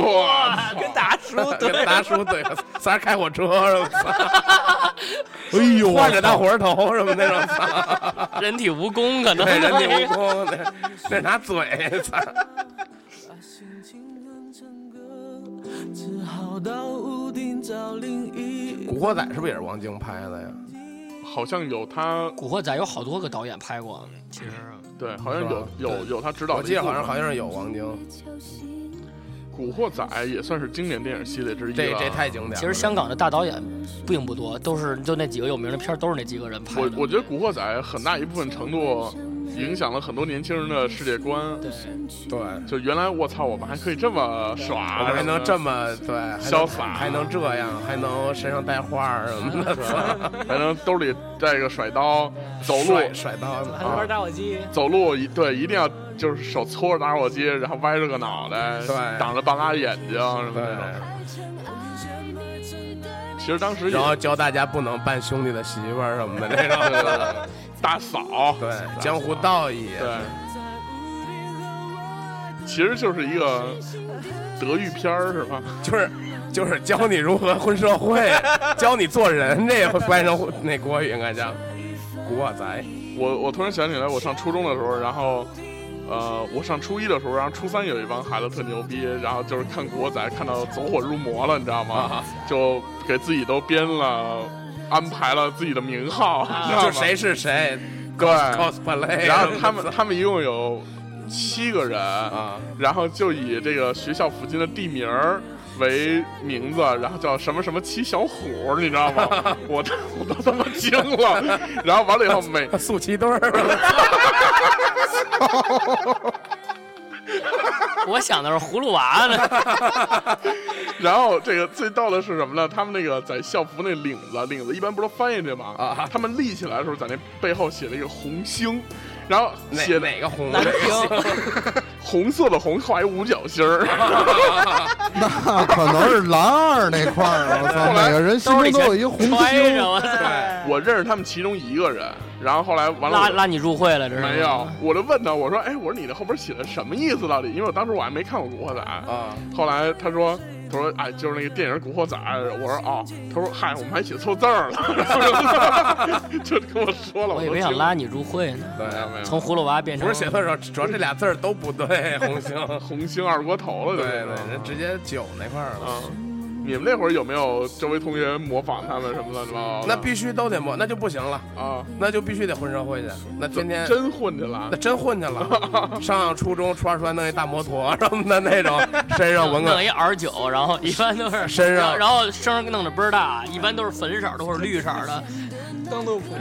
B: 哇，
E: 跟大 叔对
C: 跟达叔怼，仨人开火车什么的，
D: 哎呦，
C: 换着大火车头什么那种，操
A: 人体蜈蚣可能
C: 对，人家蜈蚣，那那是拿嘴，操。
G: 心情跟唱歌，只好到屋顶找另一
C: 古惑仔是不是也是王晶拍的呀？
B: 好像有她，
A: 古惑仔有好多个导演拍过，其实
B: 对，好像
C: 是吧
B: 有有有她指导
C: 我
B: 的
C: 记
B: 一部
C: 得
B: 分，
C: 好像好像是有王晶，
B: 《古惑仔》也算是经典电影系列之一
C: 这
B: 了
C: 这太经典了。
A: 其实香港的大导演并不多，都是就那几个有名的片儿，都是那几个人拍
B: 我
A: 的。
B: 我觉得《古惑仔》很大一部分程度影响了很多年轻人的世界观，
A: 对，
C: 对，
B: 就原来我操，我们还可以这么耍，
C: 我们还能
B: 么。
C: 这么
B: 嗯
C: 对还能
B: 潇洒
C: 还能这样，还能身上带花儿什么 的，
B: 还能兜里带个甩刀，走路
C: 甩甩刀啊子
E: 还玩打火机，
B: 走路一对一定要就是手搓着打火机，然后歪着个脑袋，
C: 对
B: 挡着半拉眼睛什么
C: 对，
B: 那种。其实当时也
C: 然后教大家不能扮兄弟的媳妇儿什么的 那
B: 对对
C: 种，
B: 对大嫂，
C: 对，江湖道义，
B: 对，其实就是一个德育片儿是吧？
C: 就是就是教你如何混社会，教你做人，这也会翻成那啊国语应该叫古惑仔，
B: 我我突然想起来，我上初中的时候，然后。呃，我上初一的时候，然后初三有一帮孩子特牛逼，然后就是看《古惑仔》看到走火入魔了，你知道
C: 啊
B: 吗？就给自己都编了、安排了自己的名号，你知道
C: 啊就
B: 吗？
C: 谁是谁
B: 对，
C: cosplay，
B: 然后他们他们一共有七个人，
C: 啊，
B: 然后就以这个学校附近的地名儿为名字，然后叫什么什么七小虎，你知道吗？ 我都我都他妈惊了。 然后完了以后每
C: 素七对儿。
A: 我想的是葫芦娃 呢，
B: 然后这个最逗的是什么呢？他们那个在校服那领子，领子一般不是都翻下去吗？
C: 啊
B: 他们立起来的时候，在那背后写了一个红星，然后
C: 哪
B: 写的
C: 哪个红？
B: 红色的红，画一五角星儿。
C: 啊
D: 那可能是蓝二那块儿啊，我操，每个人心
A: 兜里
D: 中都
A: 全
D: 有一红
A: 揣
D: 星
A: 着。我操，
B: 我认识他们其中一个人，然后后来完了
A: 拉
B: 我
A: 拉你入会了，这是
B: 没有，我就问他，我说，哎，我说你这后边写的什么意思到底？因为我当时我还没看过《古惑仔》
C: 啊，
B: 后来他说，他说，哎，就是那个电影《古惑仔》，我说哦，他说，嗨，我们还写错字儿了，就 跟我说了，
A: 我
B: 我
A: 以
B: 都
A: 为
B: 惊
A: 想
B: 了
A: 拉你入会呢，
C: 对
B: 没有没有，
A: 从葫芦娃变成
C: 不是写字时候，主要这俩字儿都不对，红星。
B: 红星二锅头了，
C: 对
B: 就
C: 对，
B: 是
C: 人直接九那块儿了。
B: 啊。你们那会儿有没有周围同学模仿他们什么乱七八糟的？
C: 那必须都得摸，那就不行了，
B: 啊，
C: 那就必须得混社会去，那天天。
B: 真混去了
C: 那。真混去了，上初中初二初三弄一大摩托什么的那种，身上纹
A: 弄
C: 个
A: 一 R 九，然后一般都 是
C: 身上
A: 然后声儿弄得倍儿大，一般都是粉色儿的或者绿色儿 的，
E: 登陆普，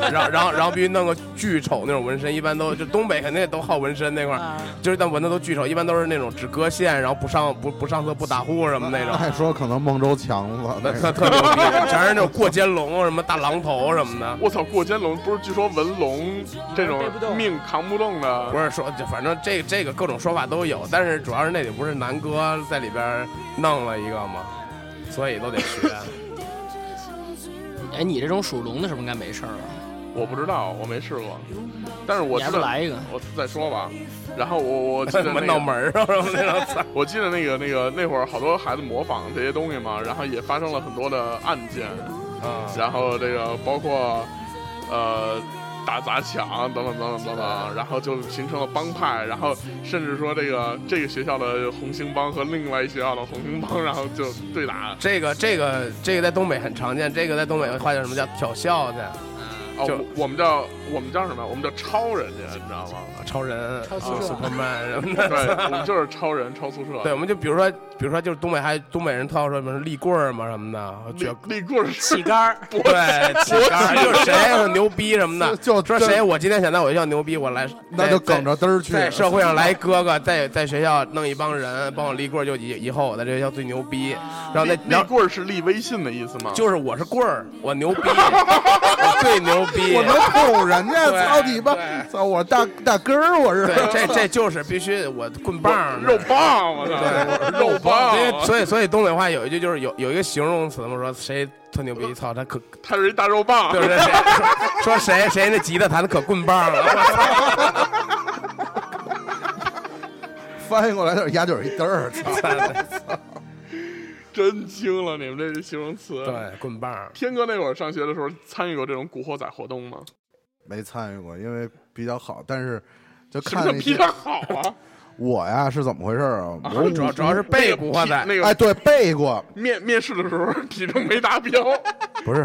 C: 然后然后然后必须弄个巨丑那种纹身，一般都就东北肯定都好纹身那块儿，就是但纹的都巨丑，一般都是那种只割线，然后不上不不上色不打呼什么那种。
D: 还说可能孟州强子，
C: 那
D: 那
C: 特
D: 个
C: 特牛逼，全是那种过肩龙、什么大狼头什么的。
B: 我操，过肩龙不是？据说文龙这种
E: 背不动
B: 命扛不动的，
C: 不是说，就反正这这个各种说法都有，但是主要是那里不是南哥在里边弄了一个吗？所以都得学。啊
A: 哎，你这种属龙的是不是应该没事儿啊？
B: 我不知道，我没试过，但是我
A: 你还
B: 知
A: 不
B: 道，
A: 来一个？
B: 我再说吧。然后我 我记得 那
C: 门到
B: 个，
C: 门啊上什么那 种，
B: 我记得那个那个那会儿好多孩子模仿这些东西嘛，然后也发生了很多的案件，
C: 啊，
B: 然后这个包括呃打砸抢等等等等等等，然后就形成了帮派，然后甚至说这个这个学校的红星帮和另外一学校的红星帮，然后就对打。
C: 这个这个这个在东北很常见，这个在东北话叫什么叫挑校去，
B: 哦，
C: 就
B: 我我们叫我们叫什么？我们叫超人家，你知道吗？
C: 超人、
E: 超级
B: 啊
E: 热
C: Superman 什么
B: 对，
C: 的。
B: 我们就是超人超宿舍。
C: 对，我们就比如说，比如说，就是东北还东北人特好说什么立棍儿嘛什么的，
B: 立
C: 撅
B: 立棍儿是
A: 气杆 儿，
C: 对， 起杆儿就是谁说牛逼什么的，
D: 就
C: 说谁我今天想在我学校牛逼，我来
D: 那就
C: 在
D: 梗着嘚儿去。
C: 在社会上来一哥哥，在在学校弄一帮人帮我立棍儿，就以以后我在这学校最牛逼。然 啊后那
B: 立
C: 然
B: 立
C: 后
B: 棍儿是立微信的意思吗？
C: 就是我是棍儿，我 牛逼，我最牛逼。
D: 我能捅人家，
C: 对
D: 操你妈！
C: 对
D: 操我大大根儿，我是。
C: 对，这这就是必须我棍棒啊儿
B: 肉棒，我操，肉棒啊
C: 因，为所以所以东北话有一句就是有有一个形容词嘛，说谁特牛逼，操他可
B: 他是一大肉棒
C: 就。是谁说谁谁那吉他弹的可棍棒了，
D: 翻译过来就是压就是一嘚儿，操！
B: 真惊了，你们这些形容词。，
C: 对，棍棒。
B: 天哥那会儿上学的时候参与过这种古惑仔活动吗？
D: 没参与过，因为比较好，但是就
B: 什么
D: 看
B: 叫
D: 那
B: 比
D: 些
B: 较好啊？
D: 我呀是怎么回事儿啊？我
C: 主要主要是背古惑仔，
B: 那
D: 哎，
B: 个
D: 对，背过，
B: 面面试的时候 体重没达标，
D: 不是，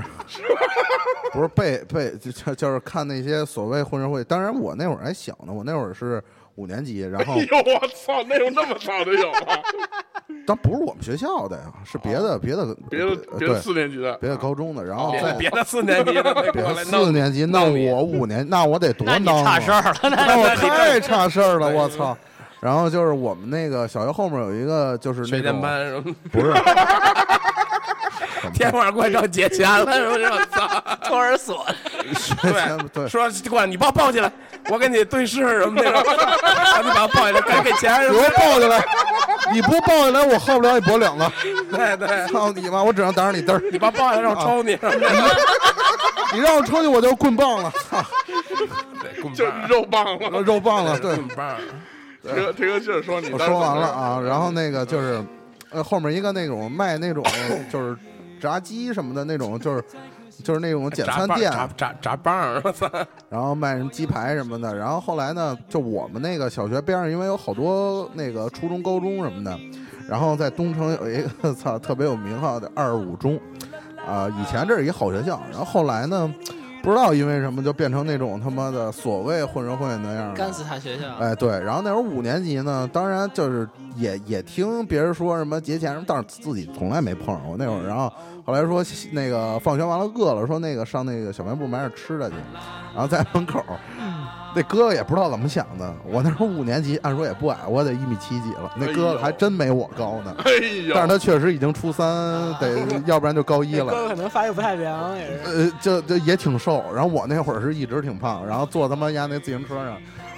D: 不是背背，就就是看那些所谓混社会。当然，我那会儿还小呢，我那会儿是五年级，然
B: 哎
D: 后
B: 呦我操，那有那么早就有啊？
D: 但不是我们学校的呀，是别的别的
B: 别的
D: 呃
B: 别的
D: 对
B: 四年级的，
D: 别的高中的，然后
C: 别
D: 再
C: 的别的四年级的
D: 别
C: 过来
D: 的
C: 弄
D: 四年级，那
C: 你
D: 我五年，那我得多
A: 那你
D: 孬
A: 差
D: 啊
A: 事儿了，那
D: 那我
A: 你
D: 太差事儿了，我操！然后就是我们那个小学后面有一个就是
C: 水
D: 那
C: 电
D: 种
C: 班什么，
D: 不是
C: 天花怪让解钱了什么什么，操！
A: 托儿所，
D: 对对
C: 说管你把我抱起来，我给你对视什么那种，然后你把我抱起来，该给钱什
D: 给
C: 么
D: 我抱起来，你不抱起来，我耗不了你脖领子。
C: 哎对对，
D: 操你妈！我只能挡着你嘚儿，啊
C: 你把我抱起来让我抽你什么的，
D: 你让我抽你，我就棍棒了，操，
C: 对棍
B: 就是肉棒了。
D: 肉棒了。对，
C: 棍棒儿，
B: 天哥，天哥接着说，你
D: 我
B: 当时怎
D: 说
B: 么
D: 完了啊，然后那个就是，呃，后面一个那种卖那种就是炸鸡什么的那种，就是就是那种简
C: 炸
D: 餐
C: 棒
D: 店，啊
C: 炸炸炸棒儿，我操！
D: 然后卖什么鸡排什么的。然后后来呢，就我们那个小学边上，因为有好多那个初中、高中什么的，然后在东城有一个 操特别有名号的二五中，啊、以前这是一好学校，然后后来呢，不知道因为什么就变成那种他妈的所谓混社会那样
E: 干
D: 的。
E: 死他学校，
D: 哎，对，然后那会儿五年级呢，当然就是也也听别人说什么节前什么，但是自己从来没碰上过那会儿。然后后来说那个放学完了饿了，说那个上那个小卖部买点吃的去，然后在门口，那哥哥也不知道怎么想的。我那时候五年级，按说也不矮，我得一米七几了，那哥哥还真没我高呢。
B: 哎
D: 但是
B: 呦，
D: 他确实已经初三， 得要不然就高一
E: 哥
D: 了。
E: 哥可能发育不太良，也是
D: 呃，就就也挺瘦，然后我那会儿是一直挺胖，然后坐他妈压那自行车上，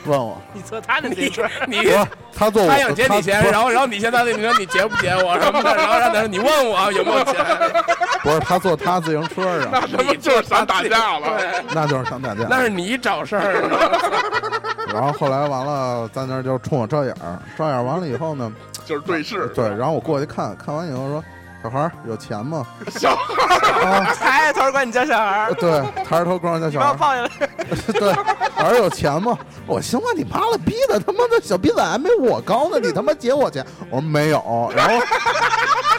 D: 问我，
E: 你坐他那自
C: 你
E: 行车，
C: 你
D: 不是他坐我，
C: 他想劫你钱，
D: 不是
C: 然后然后你先他那，你说你劫不劫我什么的，然后让他说你问我啊有没 有钱，
D: 不是他坐他自行车上，
B: 他妈就是想打架了。
C: 对，
D: 那就是想打架。
C: 那是你找事儿，
D: 然后后来完了，在那儿就冲我照眼儿，照眼儿完了以后呢，
B: 就是对视，
D: 对，然后我过去看看完以后说。小孩儿有钱吗？
B: 小
D: 啊，
E: 抬头管你叫小孩儿，
D: 对，抬着头光着叫
E: 你
D: 小
E: 把我
D: 孩儿，
E: 抱下来，
D: 对，小孩儿有钱吗？我心话你妈了逼的，他妈的小逼崽还没我高呢，你他妈劫我钱？我说没有，然后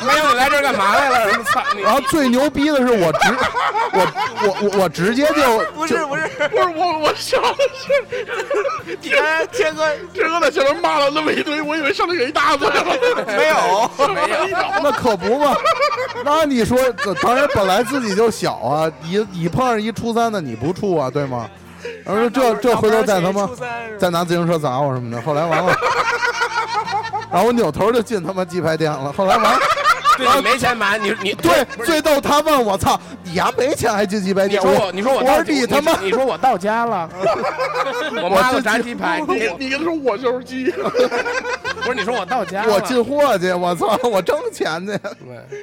C: 没有你来这儿干嘛来了？什么操你
D: 然！后最牛逼的是我直我我我我直接就
E: 不是不是，
B: 不是我，我想的 是，
E: 你刚才天哥
B: 这哥在前面骂了那么一堆，我以为上来给一大嘴了，
E: 没有，
B: 没有，
D: 那可不嘛，那你说，这当然本来自己就小啊，你你碰上一初三的，你不怵啊，对吗？然后说这这回头再他妈
E: 初三是吧
D: 再拿自行车砸我什么的，后来 完了，然后我扭头就进他妈鸡排店了，后来完了，
C: 对，你没钱买，你你
D: 对，
C: 不是
D: 最逗他问我操，你丫没钱还进鸡排
C: 你
D: 店？
C: 说我，你说我
D: 我
C: 到，
D: 说你他妈
C: 你说我到家 了，我妈给我炸鸡排，你
B: 你跟他说我就是鸡，
C: 不是你说我到家了，
D: 我进货去，我操，我挣钱去。
C: 对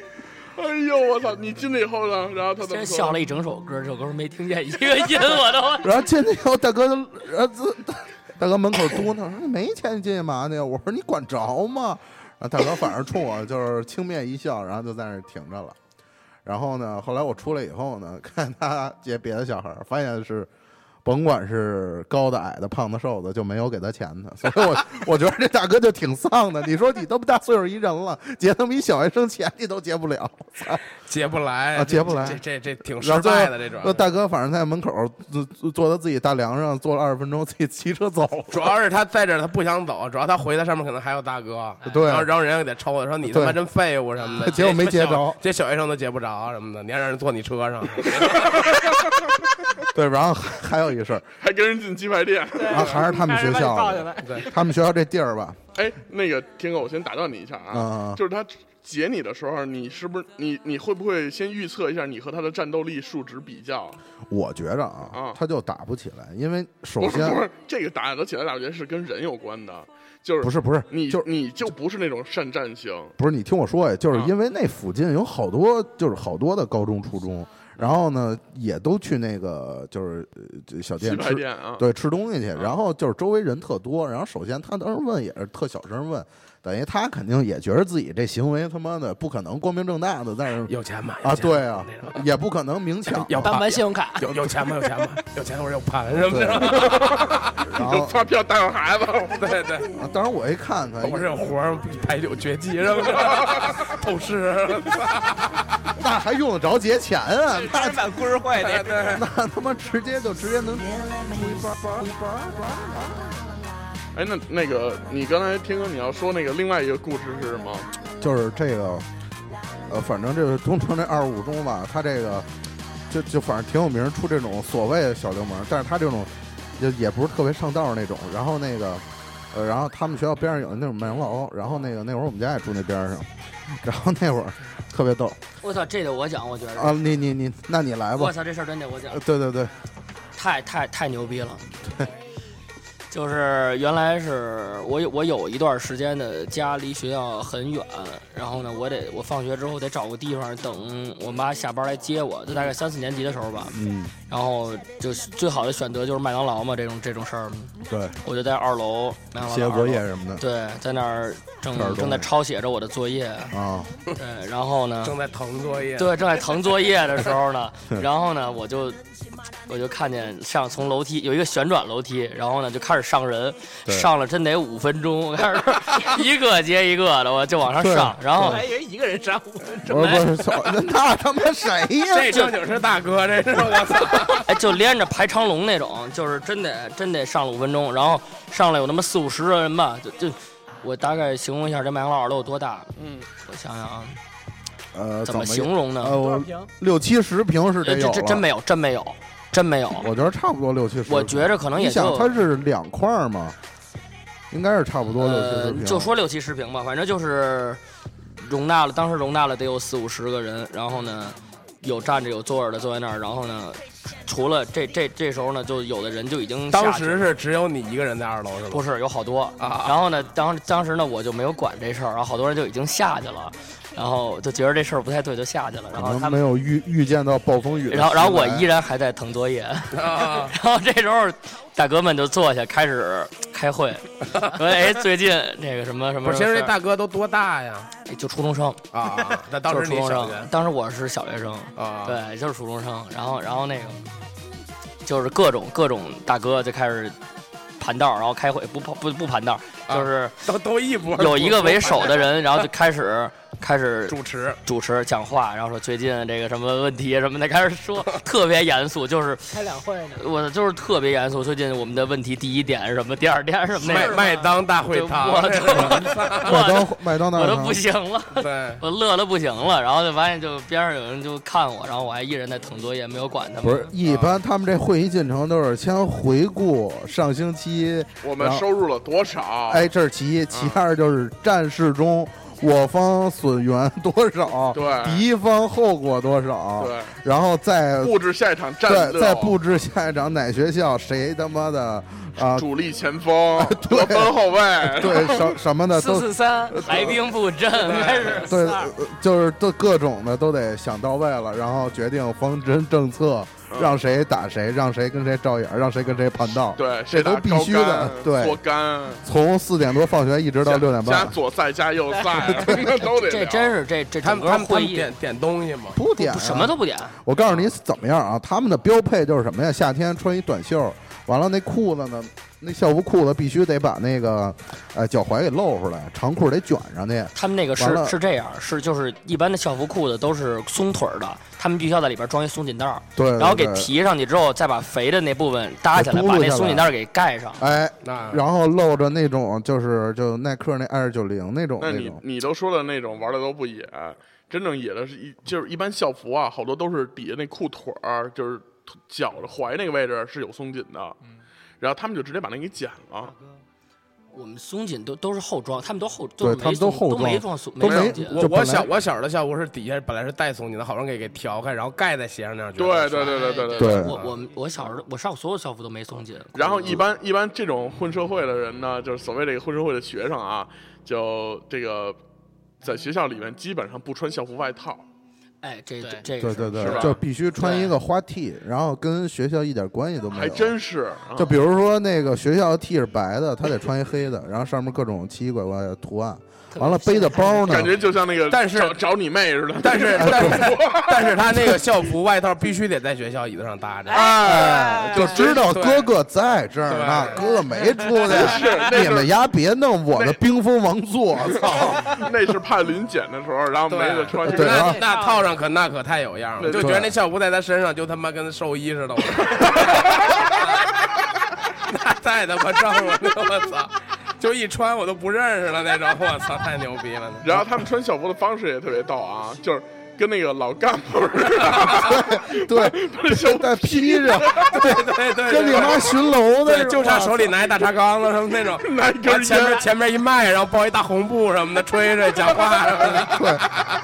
B: 哎呦我操！你进来以后呢，然后他怎么
A: 真
B: 说
A: 笑了一整首歌，这首歌没 听见一个音，我都。
D: 然后进去以后，大哥就，然后自大哥门口嘟囔说：“你没钱你进去嘛呢？”我说：“你管着吗？”然后大哥反正冲我就是轻蔑一笑，然后就在那儿停着了。然后呢，后来我出来以后呢，看他接别的小孩儿，发现是甭管是高的、矮的、胖的、瘦的，就没有给他钱的。所以我我觉得这大哥就挺丧的。你说你都么大岁数一人了，结那么一小学生钱，你都结不了。
C: 结不来
D: 啊
C: 这
D: 结不来
C: 这这这这挺
D: 然
C: 失
D: 后最
C: 败
D: 后
C: 的这种。
D: 那大哥反正在门口坐坐坐他自己大梁上坐了二十分钟，自己骑车走了。
C: 主要是他在这儿，他不想走，主要他回来上面可能还有大哥，
D: 对
C: 然后然后人家给他抽了，说你他妈
D: 对
C: 真废物什么的，
D: 结果没结着
C: 这小学生都结不着什么的，你还让人坐你车 上，
D: 对，然后还还有一事儿，
B: 还跟人进鸡排店。
D: 然后还是他们学校
F: 抱起
D: 的，
F: 来，
D: 他们学校这地儿吧，
B: 哎，那个天哥，我先打断你一下
D: 嗯嗯
B: 啊
D: 嗯，
B: 就是他截你的时候，你是不是你你会不会先预测一下你和他的战斗力数值比较？
D: 我觉着啊
B: 啊，
D: 他就打不起来，因为首
B: 不是
D: 先
B: 不是，这个打得起来打不起来是跟人有关的，就是
D: 不是不是，
B: 你
D: 就是
B: 你就不是那种善战型，
D: 不是你听我说呀，就是
B: 啊
D: 因为那附近有好多就是好多的高中、初中，然后呢也都去那个就是呃这小
B: 鸡
D: 店
B: 排
D: 吃。
B: 店啊，
D: 对，吃东西去，然后就是周围人特多，然后首先他当时问也是特小声问，等于他肯定也觉得自己这行为他妈的不可能光明正大的，但是
C: 有钱吗？
D: 啊，
C: 有钱吗
D: 对啊，也不可能明抢，
C: 要
E: 办
C: 盘
E: 完信用卡，
C: 有有钱吗？有钱吗？有钱我有 盘什么的，
D: 然
B: 就
D: 后
B: 发票带上孩子，
C: 对对，
D: 啊当时我一看他，
C: 我这活儿牌九绝技什么 的，透视，
D: 那还用得着结钱啊？ 那
F: 还把棍儿坏的。
D: 那他妈直接就直接能
B: 哎，那那个你刚才天哥你要说那个另外一个故事是什么？
D: 就是这个，呃，反正这个东城这二十五中吧，他这个就就反正挺有名，出这种所谓的小流氓，但是他这种就也不是特别上道那种。然后那个，呃，然后他们学校边上有那种麦当劳，然后那个那会儿我们家也住那边上，
A: 嗯
D: 然后那会儿特别逗
A: 我操，这得我讲，我觉得。
D: 啊，你你你，那你来吧
A: 我，操，这事儿真得我讲
D: 呃，对对对，
A: 太太太牛逼了。就是原来是我有我有一段时间的家离学校很远，然后呢，我得我放学之后得找个地方等我妈下班来接我，就大概三四年级的时候吧。
D: 嗯，
A: 然后就是最好的选择就是麦当劳嘛，这种这种事儿，
D: 对，
A: 我就在二楼麦当劳
D: 写
A: 的二
D: 作
A: 楼
D: 业，什么的
A: 对，在那儿正
D: 这儿都
A: 正在
D: 没
A: 抄写着我的作业，
D: 啊，
A: 对，然后呢，
C: 正在腾作业，
A: 对，正在腾作业的时候 呢，然后呢，我就我就看见上从楼梯有一个旋转楼梯，然后呢就开始上人，
D: 对
A: 上了真得五分钟，我开始一个接一个的，我就往上
D: 对
A: 上，然后
F: 还以为一个人上午，
D: 我说不是，操那他妈谁呀？
C: 这正经是大哥，这是 我操，
A: 哎就连着排长龙那种，就是真得真得上了五分钟，然后上来有那么四五十个人吧，就就我大概形容一下这麦当劳都有多大，
B: 嗯，
A: 我想想啊，
D: 呃，
A: 怎
D: 怎
A: 么形容呢？
D: 呃，
F: 多少
D: 我
F: 平？
D: 六七十平是
A: 呃
D: 得有
A: 这这
D: 了
A: 真没有，真没有，真没有，
D: 我觉得差不多六七十。
A: 我觉着可能也
D: 你想，
A: 就
D: 它是两块儿嘛，应该是差不多六七十
A: 呃
D: 平。，
A: 就说六七十平吧，反正就是容纳了，当时容纳了得有四五十个人，然后呢，有站着有坐着的坐在那儿，然后呢，除了这这这时候呢，就有的人就已经下
C: 当
A: 去
C: 时是只有你一个人在二楼是
A: 不
C: 吗？
A: 是有好多，
C: 啊
A: 然后呢，当当时呢我就没有管这事儿，然后好多人就已经下去了，然后就觉得这事儿不太对，就下去了，然
D: 可
A: 后他
D: 能
A: 们。
D: 没有遇遇见到暴风雨的袭来。
A: 然后，然后我依然还在腾作业，
C: 啊。
A: 然后这时候大哥们就坐下开始开 会，说：“哎，最近那个什么什么
C: 不
A: 什么事
C: 是，先
A: 儿，
C: 说这大哥都多大呀？
A: 就初中生，
C: 啊，那当
A: 就
C: 时
A: 是初
C: 你
A: 中
C: 小
A: 生
C: 学，
A: 当时我是小学生，
C: 啊，，
A: 对，就是初中生。然后，然后那个就是各种各种大哥就开始盘道，然后开会不不不盘道，
C: 啊
A: 就是
C: 都都一波。
A: 有一个为首的人， 然后就开始开始
C: 主持，
A: 主持讲话，然后说最近这个什么问题什么的，开始 说特别严肃，就是
F: 开两会呢。
A: 我就是特别严肃。最近我们的问题第一点什么，第二点什么
C: 麦
A: 那个，
C: 麦当大会
A: 就
C: 堂，
A: 我就
D: 麦
A: 我
D: 当麦当
A: 都
D: 大
A: 我
D: 会
A: 都
D: 堂
A: 不行了。
C: 对，
A: 我乐的不行了，然后就发现就边上有人就看我，然后我还一人在腾作业，没有管他们。
D: 不是，一般他们这会议进程都是先回顾上星期，
B: 我们
D: 然后
B: 收入了多少？
D: 哎，这是其一，其二就是战事中我方损员多少，
B: 对
D: 敌方后果多少，
B: 对，
D: 然后再
B: 布置下一场战
D: 再
B: 斗，
D: 再布置下一场哪学校谁他妈的啊，
B: 主力前锋，
D: 对
B: 得分后卫，
D: 对什什么的
F: 四
D: 都
F: 四三，
A: 排兵布阵，开始
D: 对，呃
F: 四二
D: 呃就是都各种的都得想到位了，然后决定方针政策，让谁打谁，让谁跟谁照眼，让谁跟谁盘道。
B: 对，
D: 这
B: 谁
D: 都
B: 打
D: 必
B: 高
D: 须的
B: 杆
D: 对
B: 过杆，
D: 从四点多放学一直到
B: 加
D: 六点
B: 加
D: 半，啊
B: 左赛加右 赛， 都得
A: 这
B: 聊
A: 真是这这
C: 他
A: 整
C: 们他
A: 个
C: 们他
A: 会
C: 们
A: 议
C: 点点东西嘛，
D: 不点、啊
A: 不什么都不点，啊
D: 我告诉你怎么样啊？他们的标配就是什么呀？夏天穿一短袖，完了那裤子呢，那校服裤子必须得把那个呃脚踝给露出来，长裤得卷上去。
A: 他们那个
D: 完
A: 是
D: 了
A: 是这样，是就是一般的校服裤子都是松腿儿的，他们必须要在里边装一松紧带儿，
D: 对，
A: 然后给
D: 对。
A: 提上去之后，再把肥的那部分搭起来，
D: 给嘟噜
A: 把那
D: 下来
A: 松紧带儿给盖上。
D: 哎，
C: 那
D: 然后露着那种就是就耐克那二九零那种
B: 那
D: 那
B: 你
D: 种，
B: 你都说的那种玩的都不野，真正野的是一就是一般校服啊，好多都是底下那裤腿儿，就是腿脚的踝那个位置是有松紧的，然后他们就直接把那给剪了。
A: 我们松紧都都是后装，他们都后都
D: 对
A: 是没
D: 他们都
A: 松
D: 后
A: 都没
D: 装
A: 装松
D: 都
A: 没
D: 没
A: 松紧
D: 就
C: 我
D: 本
C: 我
D: 来
C: 小我小时候的校服是底下本来是带松紧的，好不容易给给调开，然后盖在鞋上那样。觉得
B: 对对对对对对
D: 对
A: 我我们我小时候我上所有校服都没松紧，嗯
B: 然后一般一般这种混社会的人呢，就是所谓这个混社会的学生啊，就这个在学校里面基本上不穿校服外套，
A: 哎这
E: 对
A: 这
D: 对
A: 个
D: 对
A: 是
B: 是吧
D: 对，就必须穿一个花 T，然后跟学校一点关系都没有。
B: 还真是。啊
D: 哎就比如说那个学校的 T 是白的，他得穿一黑的，然后上面各种奇奇怪怪的图案。完了背的包呢
B: 感，觉就像那个
C: 但是
B: 找找你妹似的，
C: 但 是但是但是他那个校服外套必须得在学校椅子上搭着。
D: 哎，就知道
C: 对
D: 哥哥在这儿
C: 对
D: 呢，哥哥没出
B: 是那
D: 去。
B: 是
D: 你们丫别弄我的冰封王座，操！
B: 那是怕临检的时候， 然后没得穿，
D: 对然
C: 那
D: 后
C: 那套上可那可太有样了，
B: 对
C: 就觉得那校服在他身上就他妈跟寿衣似的，我 那太他妈正了，我操！就一穿我都不认识了那种，我操，太牛逼了！
B: 然后他们穿校服的方式也特别逗啊，就是跟那个老干部似的，
D: 对，
B: 把校服
D: 带披着，
C: 对 对对，
D: 跟你妈巡逻
C: 对，
D: 的，
C: 就差手里拿一大茶缸子什么那种，
B: 拿一 根
C: 然后啊前
B: 烟
C: 面前面一卖，然后抱一大红布什么的，吹着讲话什么的。
D: 对，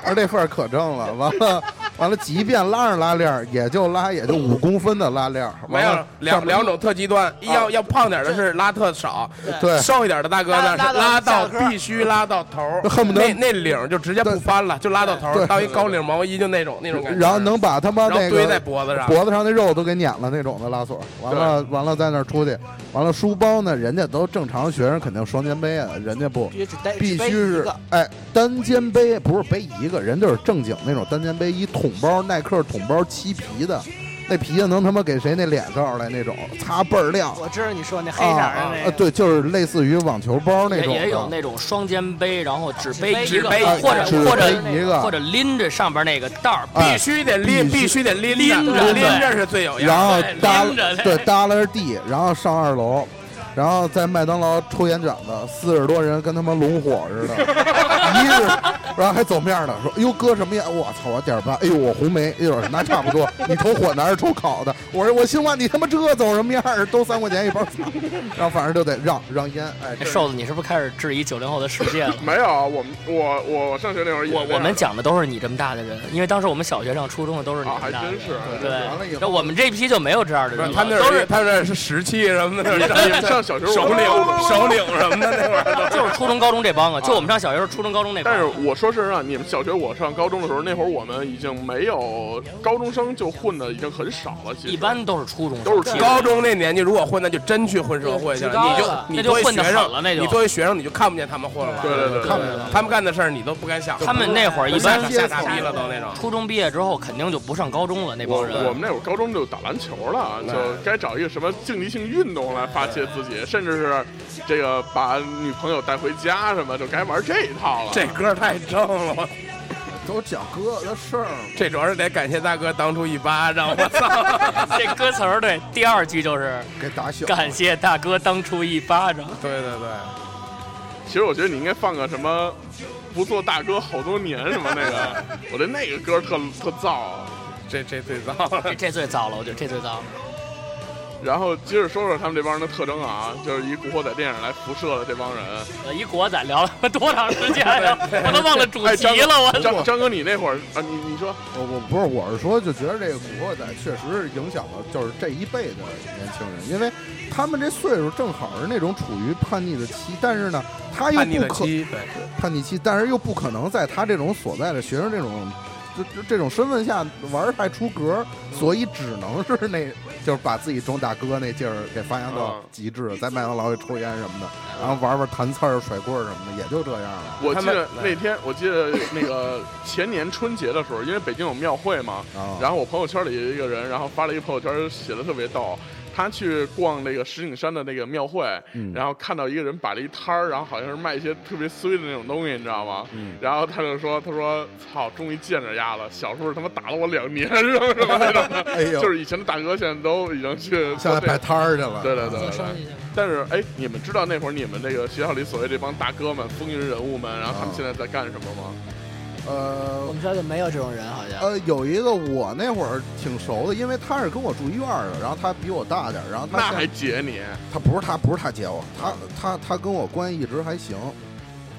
D: 而这份儿可正了，完了完了，即便拉上拉链儿，也就拉也就五公分的拉链儿，
C: 没
D: 完
C: 有
D: 了
C: 两两种特极端，要要胖点的是拉特少，
D: 对
C: 瘦一点的大哥呢
E: 拉
C: 是拉
E: 拉到
C: 到
E: 下颏
C: 必须拉到头儿，
D: 恨不得
C: 那那领儿就直接不翻了，就拉到头儿，
D: 对
C: 到一高领毛衣就那种那种感觉，
D: 然后能把他妈
C: 然后
D: 那
C: 堆在
D: 个
C: 脖子上，
D: 脖子上那肉都给碾了那种的拉锁，完了完了在那儿出去，完了书包呢，人家都正常学生肯定双肩背啊，人家不
E: 必须只带
D: 必
E: 只背
D: 须
E: 一
D: 是
E: 个
D: 哎单肩背，不是背一个人就是正经那种单肩背，一桶包耐克桶包漆皮的，那皮子能他妈给谁那脸照出来那种，擦倍儿亮。
E: 我知道你说那黑色
D: 啊
E: 儿的那
D: 啊
E: 个，
D: 对，就是类似于网球包那
A: 也
D: 种嗯的，
A: 也有那种双肩背，然后只背
E: 背
A: 一
E: 一
A: 个
E: 个，
A: 或者
D: 啊只
A: 或者
D: 背一个
A: 或者拎着上边那个袋儿，
D: 哎
C: 必须得拎，
D: 必须
C: 必须得拎
A: 拎着
C: 着拎着是最有
D: 然
C: 样
D: 后
C: 的。
D: 耷
A: 拎着
D: 对耷拉着地，然后上二楼，然后在麦当劳抽烟卷子，四十多人跟他妈龙火似的，一日，然后还走面儿呢，说哟哥什么烟？我操，我点儿八，哎呦我红梅，哎呦那差不多，你抽火的还是抽烤的？我说我心话，你他妈这走什么样儿？都三块钱一包，操然后反正就得让让烟，哎，
A: 哎瘦子，你是不是开始质疑九零后的世界了？
B: 没有，我们我我上学那会儿也
A: 我
B: 这样
A: 我们讲的都是你这么大的人，因为当时我们小学上初中的都是你
B: 啊，还
A: 这么大的
B: 真
A: 人。
B: 是。
A: 对
D: 完了以，后
A: 那我们这批就没有这样的
C: 不
A: 人
C: 是
A: 了，
C: 他们那
A: 都
C: 儿
A: 是
C: 他们那儿是石器 什么的，
B: 你们上小学
C: 首领
B: 我
C: 首领什么的那会儿都。
A: 就是初中高中这帮啊，就我们上小学时候初中高中那 帮
B: 但。是我说事实上，你们小学我上高中的时候，那会儿我们已经没有高中生就混的已经很少了，其实
A: 一般都是初中生，
B: 都是初
C: 高中那年纪，如果混，那就真去混社会去
E: 对知道
C: 了
E: 了。
C: 你
A: 那
C: 就你
A: 就
C: 作为
A: 混得
C: 学
A: 狠了那
C: 生，
A: 就
C: 你作为学生，你就看不见他们混了。
B: 对对对对
C: 看不见他们干的事儿，你都不敢想。
A: 他们那会儿一般
D: 就
C: 下大逼了都那种。
A: 初中毕业之后肯定就不上高中了，那
B: 我
A: 帮人。
B: 我们那会儿高中就打篮球了，就该找一个什么竞技性运动来发泄自己，甚至是这个把女朋友带回家什么，就该玩这一套了。
C: 这歌太正了，我
D: 都讲哥的事儿。
C: 这主要是得感谢大哥当初一巴掌，我操！
A: 这歌词儿对，第二句就是
D: 给打小，
A: 感谢大哥当初一巴掌。
C: 对对对，
B: 其实我觉得你应该放个什么“不做大哥好多年”什么那个， 我觉得那个歌特特燥。
C: 这这最糟了。
A: 这这最糟了，我觉得这最糟了。
B: 然后接着说说他们这帮人的特征啊，就是以《古惑仔》电影来辐射的这帮人。
A: 我呃一国仔聊了多长时间呀？我都忘了主
B: 哎，
A: 题
B: 张哥
A: 了，我
B: 张张哥，你那会儿啊，你你说
D: 我我不是，我是说，就觉得这个《古惑仔》确实是影响了，就是这一辈的年轻人，因为他们这岁数正好是那种处于叛逆的期，但是呢，他又
C: 叛逆
D: 不
C: 的
D: 可
C: 期，对，
D: 叛逆期，但是又不可能在他这种所在的学生这种这这这种身份下玩儿太出格儿，所以只能是那，就是把自己装大哥那劲儿给发扬到
C: 啊
B: 嗯
D: 极致，在麦当劳里抽烟什么的，然后玩玩弹刺儿、甩棍儿什么的，也就这样了。
B: 我记得
C: 他们
B: 那天，我记得那个前年春节的时候，因为北京有庙会嘛，
D: 啊，
B: 然后我朋友圈里一个人，然后发了一个朋友圈，写的特别逗。他去逛那个石景山的那个庙会，
D: 嗯
B: 然后看到一个人摆了一摊儿，然后好像是卖一些特别衰的那种东西，你知道吗？
D: 嗯
B: 然后他就说：“他说操，终于见着丫了，小时候他妈打了我两年， 什么什么那种的，
D: 哎呦，
B: 就是以前的大哥现在都已经去
D: 现在摆摊儿去了。
B: 对对对
F: 再
B: 对
F: 升
B: 对。
F: 级去吧。
B: 但是哎，你们知道那会儿你们那个学校里所谓这帮大哥们、风云人物们，然后他们现在在干什么吗？
D: 呃
E: 我们学校就没有这种人，好像。
D: 呃，有一个我那会儿挺熟的，因为他是跟我住一院儿的，然后他比我大点儿，然后他
B: 那
D: 现在
B: 还解你？
D: 他不是他不是他接我，他他他跟我关系一直还行。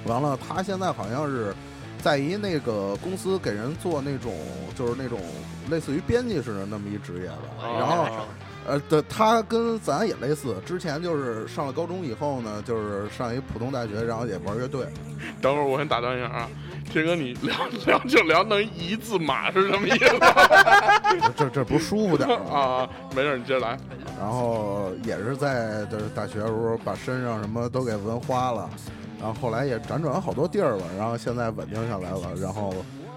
D: 完了，他现在好像是在一那个公司给人做那种就是那种类似于编辑似的那么一职业吧。
B: 哦
D: 然后呃，对，他跟咱也类似，之前就是上了高中以后呢，就是上一普通大学，然后也玩乐队。
B: 等会儿我先打断一下啊，天哥，你聊聊就聊能一字马是什么意思
D: 这这不舒服点儿吗？
B: 啊？没事，你接着来。
D: 然后也是在就是大学时候把身上什么都给纹花了，然后后来也辗转好多地儿了，然后现在稳定下来了，然后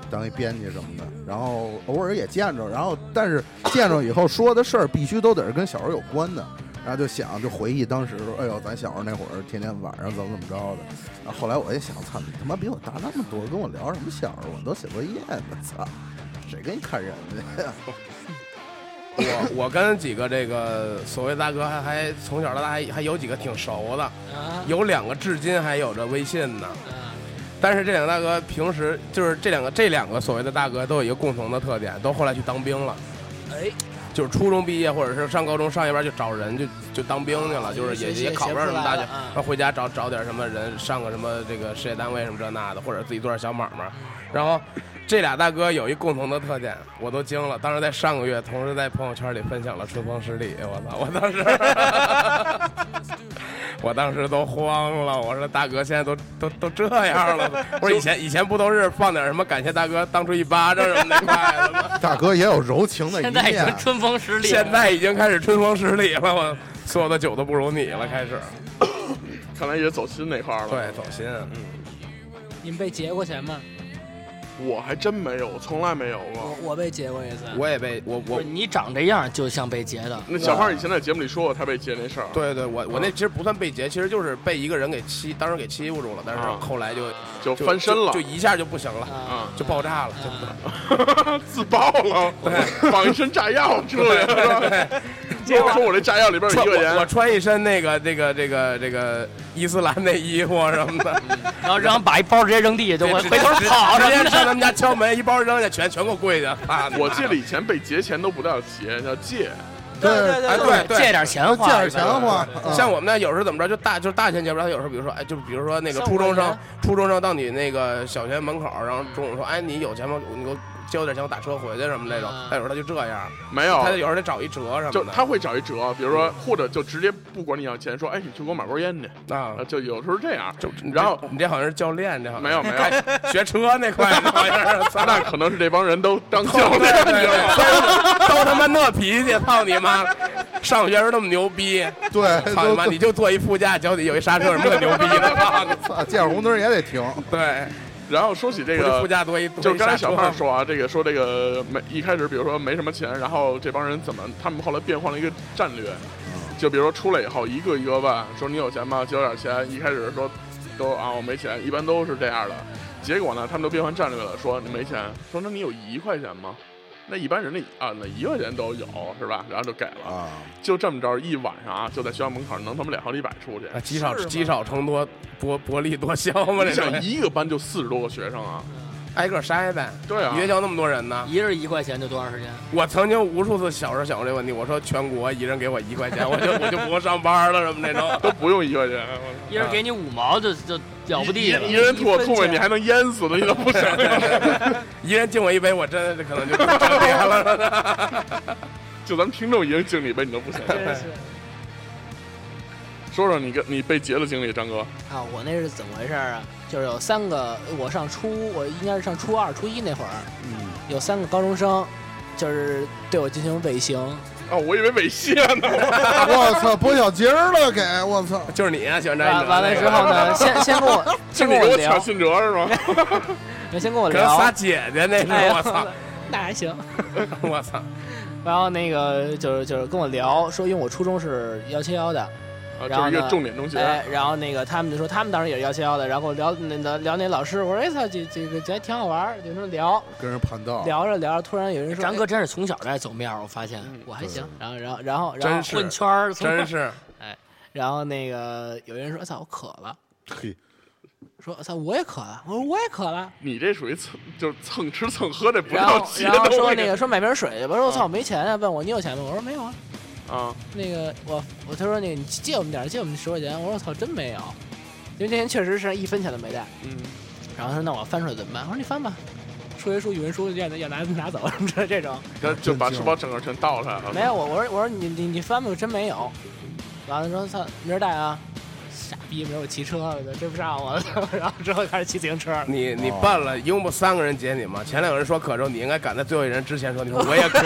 D: 当一编辑什么的，然后偶尔也见着，然后但是见着以后说的事儿必须都得是跟小时候有关的。 然后就想，就回忆当时说，哎呦，咱小时候那会儿，天天晚上怎么怎么着的。然后后来我一想，操，你他妈比我大那么多，跟我聊什么小时候？我都写作业呢，操，谁跟你看人家呀？
C: 我我跟几个这个所谓大哥还还从小到大还还有几个挺熟的，
F: 啊，
C: 有两个至今还有着微信呢。但是这两个大哥平时就是这两个这两个所谓的大哥都有一个共同的特点，都后来去当兵了。
F: 哎，
C: 就是初中毕业或者是上高中上一班就找人就就当兵去了，就是也
E: 学习
C: 也
E: 也
C: 考
E: 学
C: 不上
E: 不
C: 什么
E: 来
C: 大学
E: 了啊，
C: 然后回家找找点什么人上个什么这个事业单位什么这那的，或者自己做点小买卖。然后这俩大哥有一共同的特点，我都惊了。当时在上个月，同时在朋友圈里分享了春风十里，我操！我当时 我当时都慌了，我说大哥现在都都都这样了，我说以前以前不都是放点什么感谢大哥当初一巴掌什么那块的 吗？
D: 大哥也有柔情的一
F: 现
D: 面。
F: 在已经春风十里了，
C: 哎现在已经开始春风十里了，我所有的酒都不如你了，开始
B: 看来也走心那块儿了。
C: 对走心。啊
F: 你们被劫过钱吗？
B: 我还真没有，从来没有过。
E: 我我被劫过一次，
C: 我也被我
A: 不
C: 我
A: 是你长这样就像被劫的，
B: 那小胖以前在节目里说过他被劫那事儿，
C: 对对，我我那其实不算被劫，其实就是被一个人给欺，当时给欺负住了，但是
B: 啊
C: 后来就
B: 就
C: 就
B: 翻身了
C: 就，就一下就不行了，
B: 啊，
C: 就爆炸了。
B: 自爆了，绑一身炸药出来是吧？结果说我这炸药里边
C: 穿
B: 有一个
C: 我我
B: 人，
C: 穿一身那个这个这个这个伊斯兰的衣服啊什么的，
A: 然后然后把一包直接扔地下，就会
C: 直
A: 回头
C: 直
A: 跑
C: 直接
A: 什么
C: 上他
A: 的。
C: 们家敲门，一包扔下，全全给我跪下。啊
B: 我记得以前被劫钱都不叫劫，叫借。
D: 对对
C: 哎对对，
A: 借点钱花，
D: 借点钱花，
C: 哎
F: 嗯
C: 像我们那有时候怎么着，就大就是大钱结不着，他有时候比如说，哎，就比如说那个
F: 像
C: 初中
F: 我
C: 生
F: 呢，
C: 初中生到你那个小学门口，然后中午说，哎，你有钱吗？你给我交点钱，我打车回去什么那种
F: 啊。
C: 他有时候他就这样，
B: 没有
C: 他，有时候得找一折什
B: 哦就
C: 么
B: 他会找一折，比如说或者就直接不管你要钱，说哎你去给我买包烟去，
C: 的啊
B: 啊。就有时候这样。
C: 就呃
B: 然后
C: 你这好像是教练，这好像
B: 没有没有，
C: 学车那块儿，好像是 操
B: 那 可能是这帮人都当教
C: 对
B: 练，
C: 对
B: 你知道吗？
C: 对都他妈那脾气，操你妈！上学时候那么牛 逼，
D: 对，
C: 操你妈！
D: 都
C: 你就坐一副驾，脚底有一刹车，有什么可牛逼的？操你
D: 操，啊见着红灯也得 停。
C: 对，
B: 然后说起这
C: 我就
B: 个
C: 副，驾多一，多 一
B: 就刚才
C: 刹
B: 小
C: 车
B: 胖说啊，这个说这个没一开始，比如说没什么钱，然后这帮人怎么，他们后来变换了一个战略，就比如说出来以后一个一个问，说你有钱吗？交点钱。一开始说都啊我没钱，一般都是这样的。结果呢，他们都变换战略了，说你没钱，说那你有一块钱吗？那一般人的啊，那一块钱都有是吧？然后就给了，
D: 啊，
B: 就这么着一晚上啊，就在学校门口能他妈两好几百出去。
C: 啊，积少积少成多，薄薄利多销嘛，
B: 你
C: 这
B: 想
C: 种
B: 一个班就四十多个学生啊，
C: 挨个筛呗。
B: 对啊
C: 你学校那么多人呢，
A: 一人一块钱就多长时间？
C: 我曾经无数次小时候想过这问题，我说全国一人给我一块钱，我就我就不用上班了什么那种。
B: 都不用一块钱，
A: 一人给你五毛就就了不地
B: 一
A: 了
B: 一。人吐我吐沫，你还能淹死呢， 你都不想。
C: 一人敬我一杯，我真的可能就不沾边了。
B: 就咱们听众一人敬你一杯，你都不想。说说你跟你被劫的经历，张哥。
E: 啊，我那是怎么回事儿啊？就是有三个，我上初，我应该是上初二、初一那会儿，
D: 嗯，
E: 有三个高中生，就是对我进行尾行，
B: 哦，我以为猥亵 呢。
D: 我操，拨小节儿了，给我操！
C: 就是你啊，喜欢张一
A: 完
C: 哲
A: 完了之后呢，先先跟我
B: 是
A: 先
B: 你
A: 跟
B: 给我
A: 聊
B: 抢，信哲是 吗？
A: 先跟我
C: 可能仨
A: 聊，
C: 姐姐那
A: 哎
C: 是，
A: 呀
C: 我操，
E: 那还行。
C: 我操，
E: 然后那个就是就是跟我聊说，因为我初中是幺七幺的，
B: 啊，
E: 然
B: 就
E: 后
B: 是一个
E: 呢
B: 重点中学。
E: 哎，然后那个他们就说他们当时也是幺七幺的，然后跟我聊那聊聊那老师，我说哎操，这这个这还挺好玩儿，就说聊
D: 跟人盘道，
E: 聊着聊着，突然有人说，
A: 张
E: 哎
A: 哥真是从小就爱走面儿，我发现
B: 嗯
A: 我还行，
E: 然后然后然后然
C: 真
E: 后
C: 是
A: 混圈儿，从
C: 真是
E: 然后那个有人说操，我渴了，
D: 嘿，
E: 说操我也渴了，我说我也渴了。
B: 你这属于蹭，就是蹭吃蹭喝，这不
E: 然
B: 叫
E: 后，
B: 节
E: 然后
B: 奏
E: 说那个说买瓶水吧，说我操我没钱啊，问我你有钱吗？我说没有啊。
B: 啊，
E: 那个我我他说那个你借我们点儿，借我们十块钱。我说我操真没有，因为那天确实是一分钱都没带。
B: 嗯，
E: 然后他说那我翻出来怎么办？我说你翻吧，数学书、语文书要要拿拿走 什么之类这种。
B: 他就把
D: 真
B: 书
D: 精
B: 包整个全倒出来了。
E: 没有，我我说我说你你你翻吧，我真没有。完了说操，明儿带啊。傻逼，明儿我骑车了，都追不上我了。 然后之后开始骑自行车了。
C: 你你办了，一共不三个人截你吗？前两个人说渴着，你应该赶在最后一人之前说，你说我 也渴，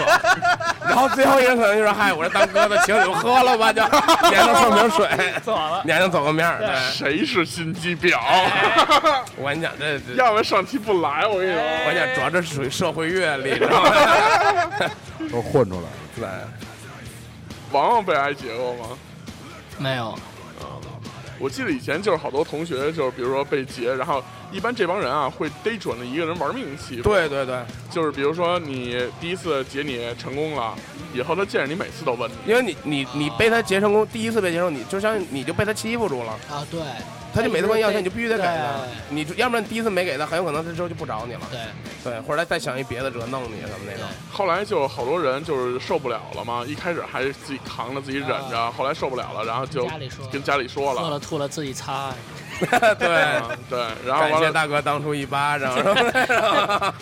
C: 然后最后一人可能就说嗨，我这当哥的，请你们喝了吧，就 你还能送瓶水，
E: 走了。
C: 你还能走个面儿。对，
B: 谁是心机婊？
E: 哎
C: 我跟你讲，这这，
B: 要不然上期不来，我跟你
C: 我
B: 说。
C: 跟你讲，主要这属于社会阅历，知道吗？
D: 都混出来了。
C: 对，
B: 王王被挨劫过吗？啊
A: 没有，
B: 我记得以前就是好多同学，就是比如说被劫，然后一般这帮人啊会逮准了一个人玩命欺负。
C: 对对对，
B: 就是比如说你第一次劫你成功了，以后他见着你每次都问你，
C: 因为你你你被他劫成功，第一次被劫成功，你就像你就被他欺负住了，
E: 啊，对
C: 他就每次问要钱，哎你就必须得给他
E: 对，
C: 你就要不然你第一次没给他，很有可能他之后就不找你了，
E: 对，
C: 对，或者他再想一别的辙弄你什么那种。
B: 后来就好多人就是受不了了嘛，一开始还是自己扛着自己忍着，后来受不了了，然后就
E: 家里说
B: 跟家里说
A: 饿
B: 了，
A: 了吐了自己擦，
C: 对，
B: 啊对，然后
C: 感谢
B: 完了
C: 大哥当初一 巴掌，是吧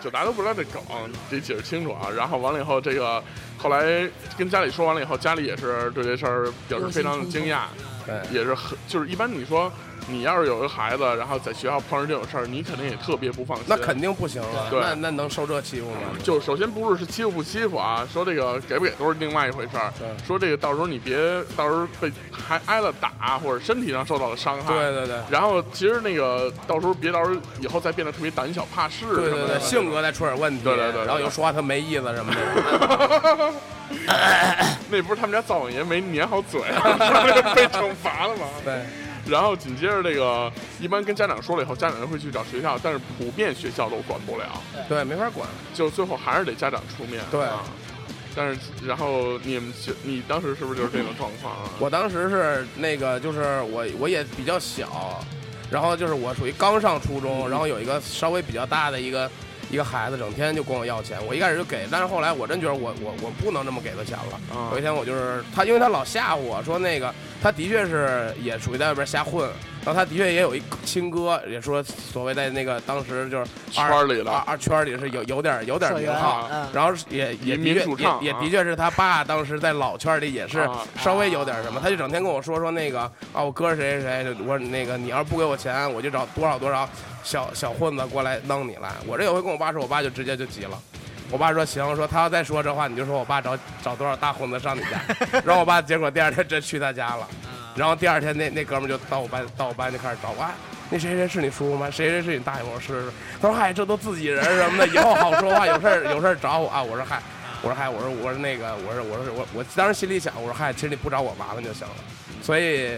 B: 就大家都不知道这梗，得解释清楚啊。然后完了以后，这个后来跟家里说完了以后，家里也是对这事儿表示非常的惊讶，
C: 对
B: 也是很就是一般你说你要是有一个孩子，然后在学校碰上这种事儿，你肯定也特别不放心，
C: 那肯定不行了。
B: 对
C: 那那能受这欺负吗？
B: 就首先不是是欺负不欺负啊，说这个给不给都是另外一回事儿
C: 对。
B: 说这个到时候你别到时候被还挨了打，或者身体上受到了伤害。
C: 对对对
B: 然后其实那个到时候别到时候以后再变得特别胆小怕事
C: 对
B: 什
C: 对
B: 么
C: 对，
B: 的。
C: 性格再出点问题，
B: 对对对对
C: 然后又说话他没意思什么的，
B: 那不是他们家灶王爷没粘好嘴，啊 被惩罚了吗？
C: 对，
B: 然后紧接着这个，一般跟家长说了以后，家长会去找学校，但是普遍学校都管不了，
C: 对没法管。
B: 就最后还是得家长出面。
C: 对
B: 啊但是然后你们就你当时是不是就是这种状况啊？
C: 我当时是那个，就是我我也比较小，然后就是我属于刚上初中，然后有一个稍微比较大的一个一个孩子，整天就管我要钱，我一开始就给，但是后来我真觉得我我我不能这么给他钱了。
B: 啊
C: 有一天我就是他，因为他老吓唬我说那个，他的确是也属于在外边瞎混，然后他的确也有一亲哥，也说所谓在那个当时就是二
B: 圈里了
C: 二二圈里是有有点有点
E: 社
C: 名
E: 员，
C: 号，
E: 嗯，
C: 然后是也也
B: 移
C: 的
B: 民
C: 确
B: 主
C: 也
B: 唱
C: 也
B: 啊
C: 的确是他爸当时在老圈里也是
B: 啊
C: 稍微有点什么，他就整天跟我说说那个啊，我哥是谁谁谁，我说那个你要是不给我钱，我就找多少多少小小混子过来弄你来。我这有回跟我爸说，我爸就直接就急了。我爸说行，说他要再说这话，你就说我爸找找多少大混子上你家。然后我爸结果第二天真去他家了，然后第二天那那哥们儿就到我班到我班就开始找我。啊那谁谁是你叔叔吗？谁谁是你大爷吗？我说是。是他说嗨，这都自己人什么的，以后好说话，有事儿有事儿找我啊。我说嗨，我说嗨，我说我说那个，我说我说我我当时心里想，我说嗨，其实你不找我麻烦就行了。所以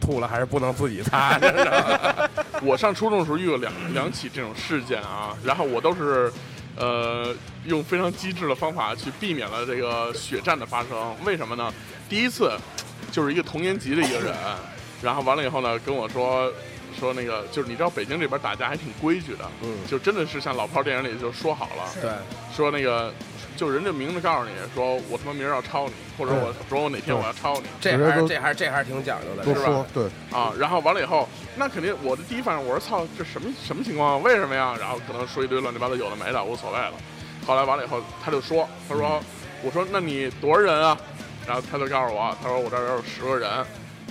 C: 吐了还是不能自己擦，真的。
B: 我上初中的时候遇过两两起这种事件啊，然后我都是，呃，用非常机智的方法去避免了这个血战的发生。为什么呢？第一次，就是一个同年级的一个人，然后完了以后呢，跟我说。说那个就是你知道北京这边打架还挺规矩的，就真的是像老炮儿电影里就说好了，
C: 对，
B: 说那个就人家明着告诉你说我他妈明儿要抄你，或者我说我哪天我要抄你，
C: 这还是这还是这还是挺讲究的，
D: 都
C: 是吧？
D: 说对，
B: 啊，然后完了以后，那肯定我的第一反应我说操，这什么什么情况啊？为什么呀？然后可能说一堆乱七八糟有的没的，无所谓了。后来完了以后，他就说，他啊说，我说那你多少人啊？然后他就告诉我，他说我这儿有十个人。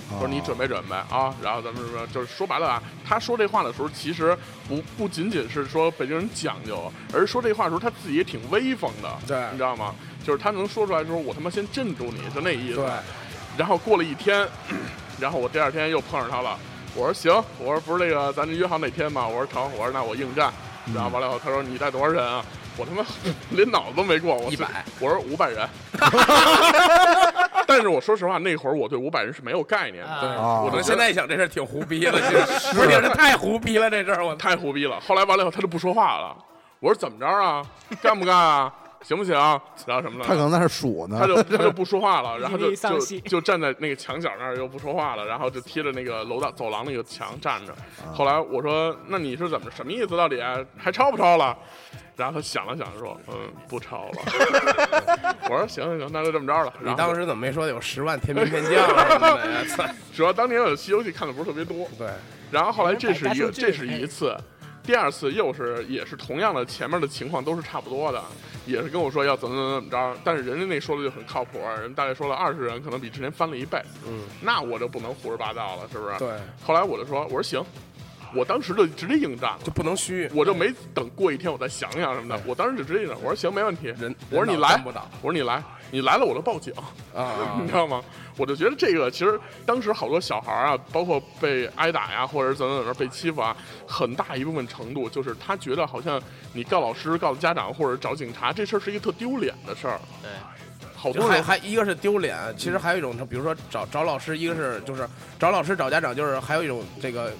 D: 哦
B: 说你准备准备啊，然后咱们说就是说白了啊，他说这话的时候，其实不不仅仅是说北京人讲究，而是说这话的时候他自己也挺威风的，
C: 对
B: 你知道吗？就是他能说出来说我他妈先镇住你，就那意思。
C: 对，
B: 然后过了一天， 然后我第二天又碰上他了。我说行，我说不是那个咱约好哪天吗？我说成，我说那我应战。然后完了以后，他说你带多少人啊？我他妈 连脑子都没过，我
C: 一百，
B: 我说五百 人。但是我说实话，那会儿我对五百人是没有概念的，
C: 对
D: 啊
B: 我
C: 我
B: 的
C: 现在一想这事儿挺胡 逼了，其实不是这事儿太胡逼了，这事儿我
B: 太胡逼了。后来完了以后，他就不说话了。我说怎么着啊？干不干啊？行不行啊？然后什么的，
D: 他可能在那儿数呢
B: 他。 就他就不说话了，然后
E: 一
B: 就
E: 力
B: 就
E: 丧气
B: 就站在那个墙角那儿又不说话了，然后就贴着那个楼道走廊那个墙站着。
C: 啊
B: 后来我说：“那你是怎么什么意思？到底啊还抄不抄了？”然后他想了想说：“嗯，不抄了。” 我说：“行行行，那就这么着了。”
C: 你
B: 然
C: 当
B: 后
C: 时怎么没说有十万天兵天将什么的呀？操
B: 主要当年我西游记看的不是特别多，
C: 对，
B: 然后后来这是一个，
E: 大数据
B: 这是一次，第二次又是也是同样的，前面的情况都是差不多的，也是跟我说要怎么怎么怎么着，但是人家那说的就很靠谱，人大概说了二十人，可能比之前翻了一倍，
C: 嗯，
B: 那我就不能胡说八道了，是不是？
C: 对，
B: 后来我就说，我说行，我当时就直接应战了
C: 就。不能虚。
B: 我就没等过一天，我再想想什么的。我当时就直接应战，我说行，没问题。
C: 人
B: 我说你
C: 人脑
B: 来
C: 震不倒，
B: 我说你来，你来了我就报警。
C: 啊啊
B: 你知道吗？我就觉得这个其实当时好多小孩儿啊，包括被挨打呀，或者是怎么怎么着被欺负啊，很大一部分程度就是他觉得好像你告老师、告家长或者找警察这事儿是一个特丢脸的事儿。
E: 对，
B: 好
C: 就
B: 多
C: 还
B: 人
C: 还一个是丢脸，其实还有一种，就比如说找找老师，一个是就是找老师找家长，就是还有一种这个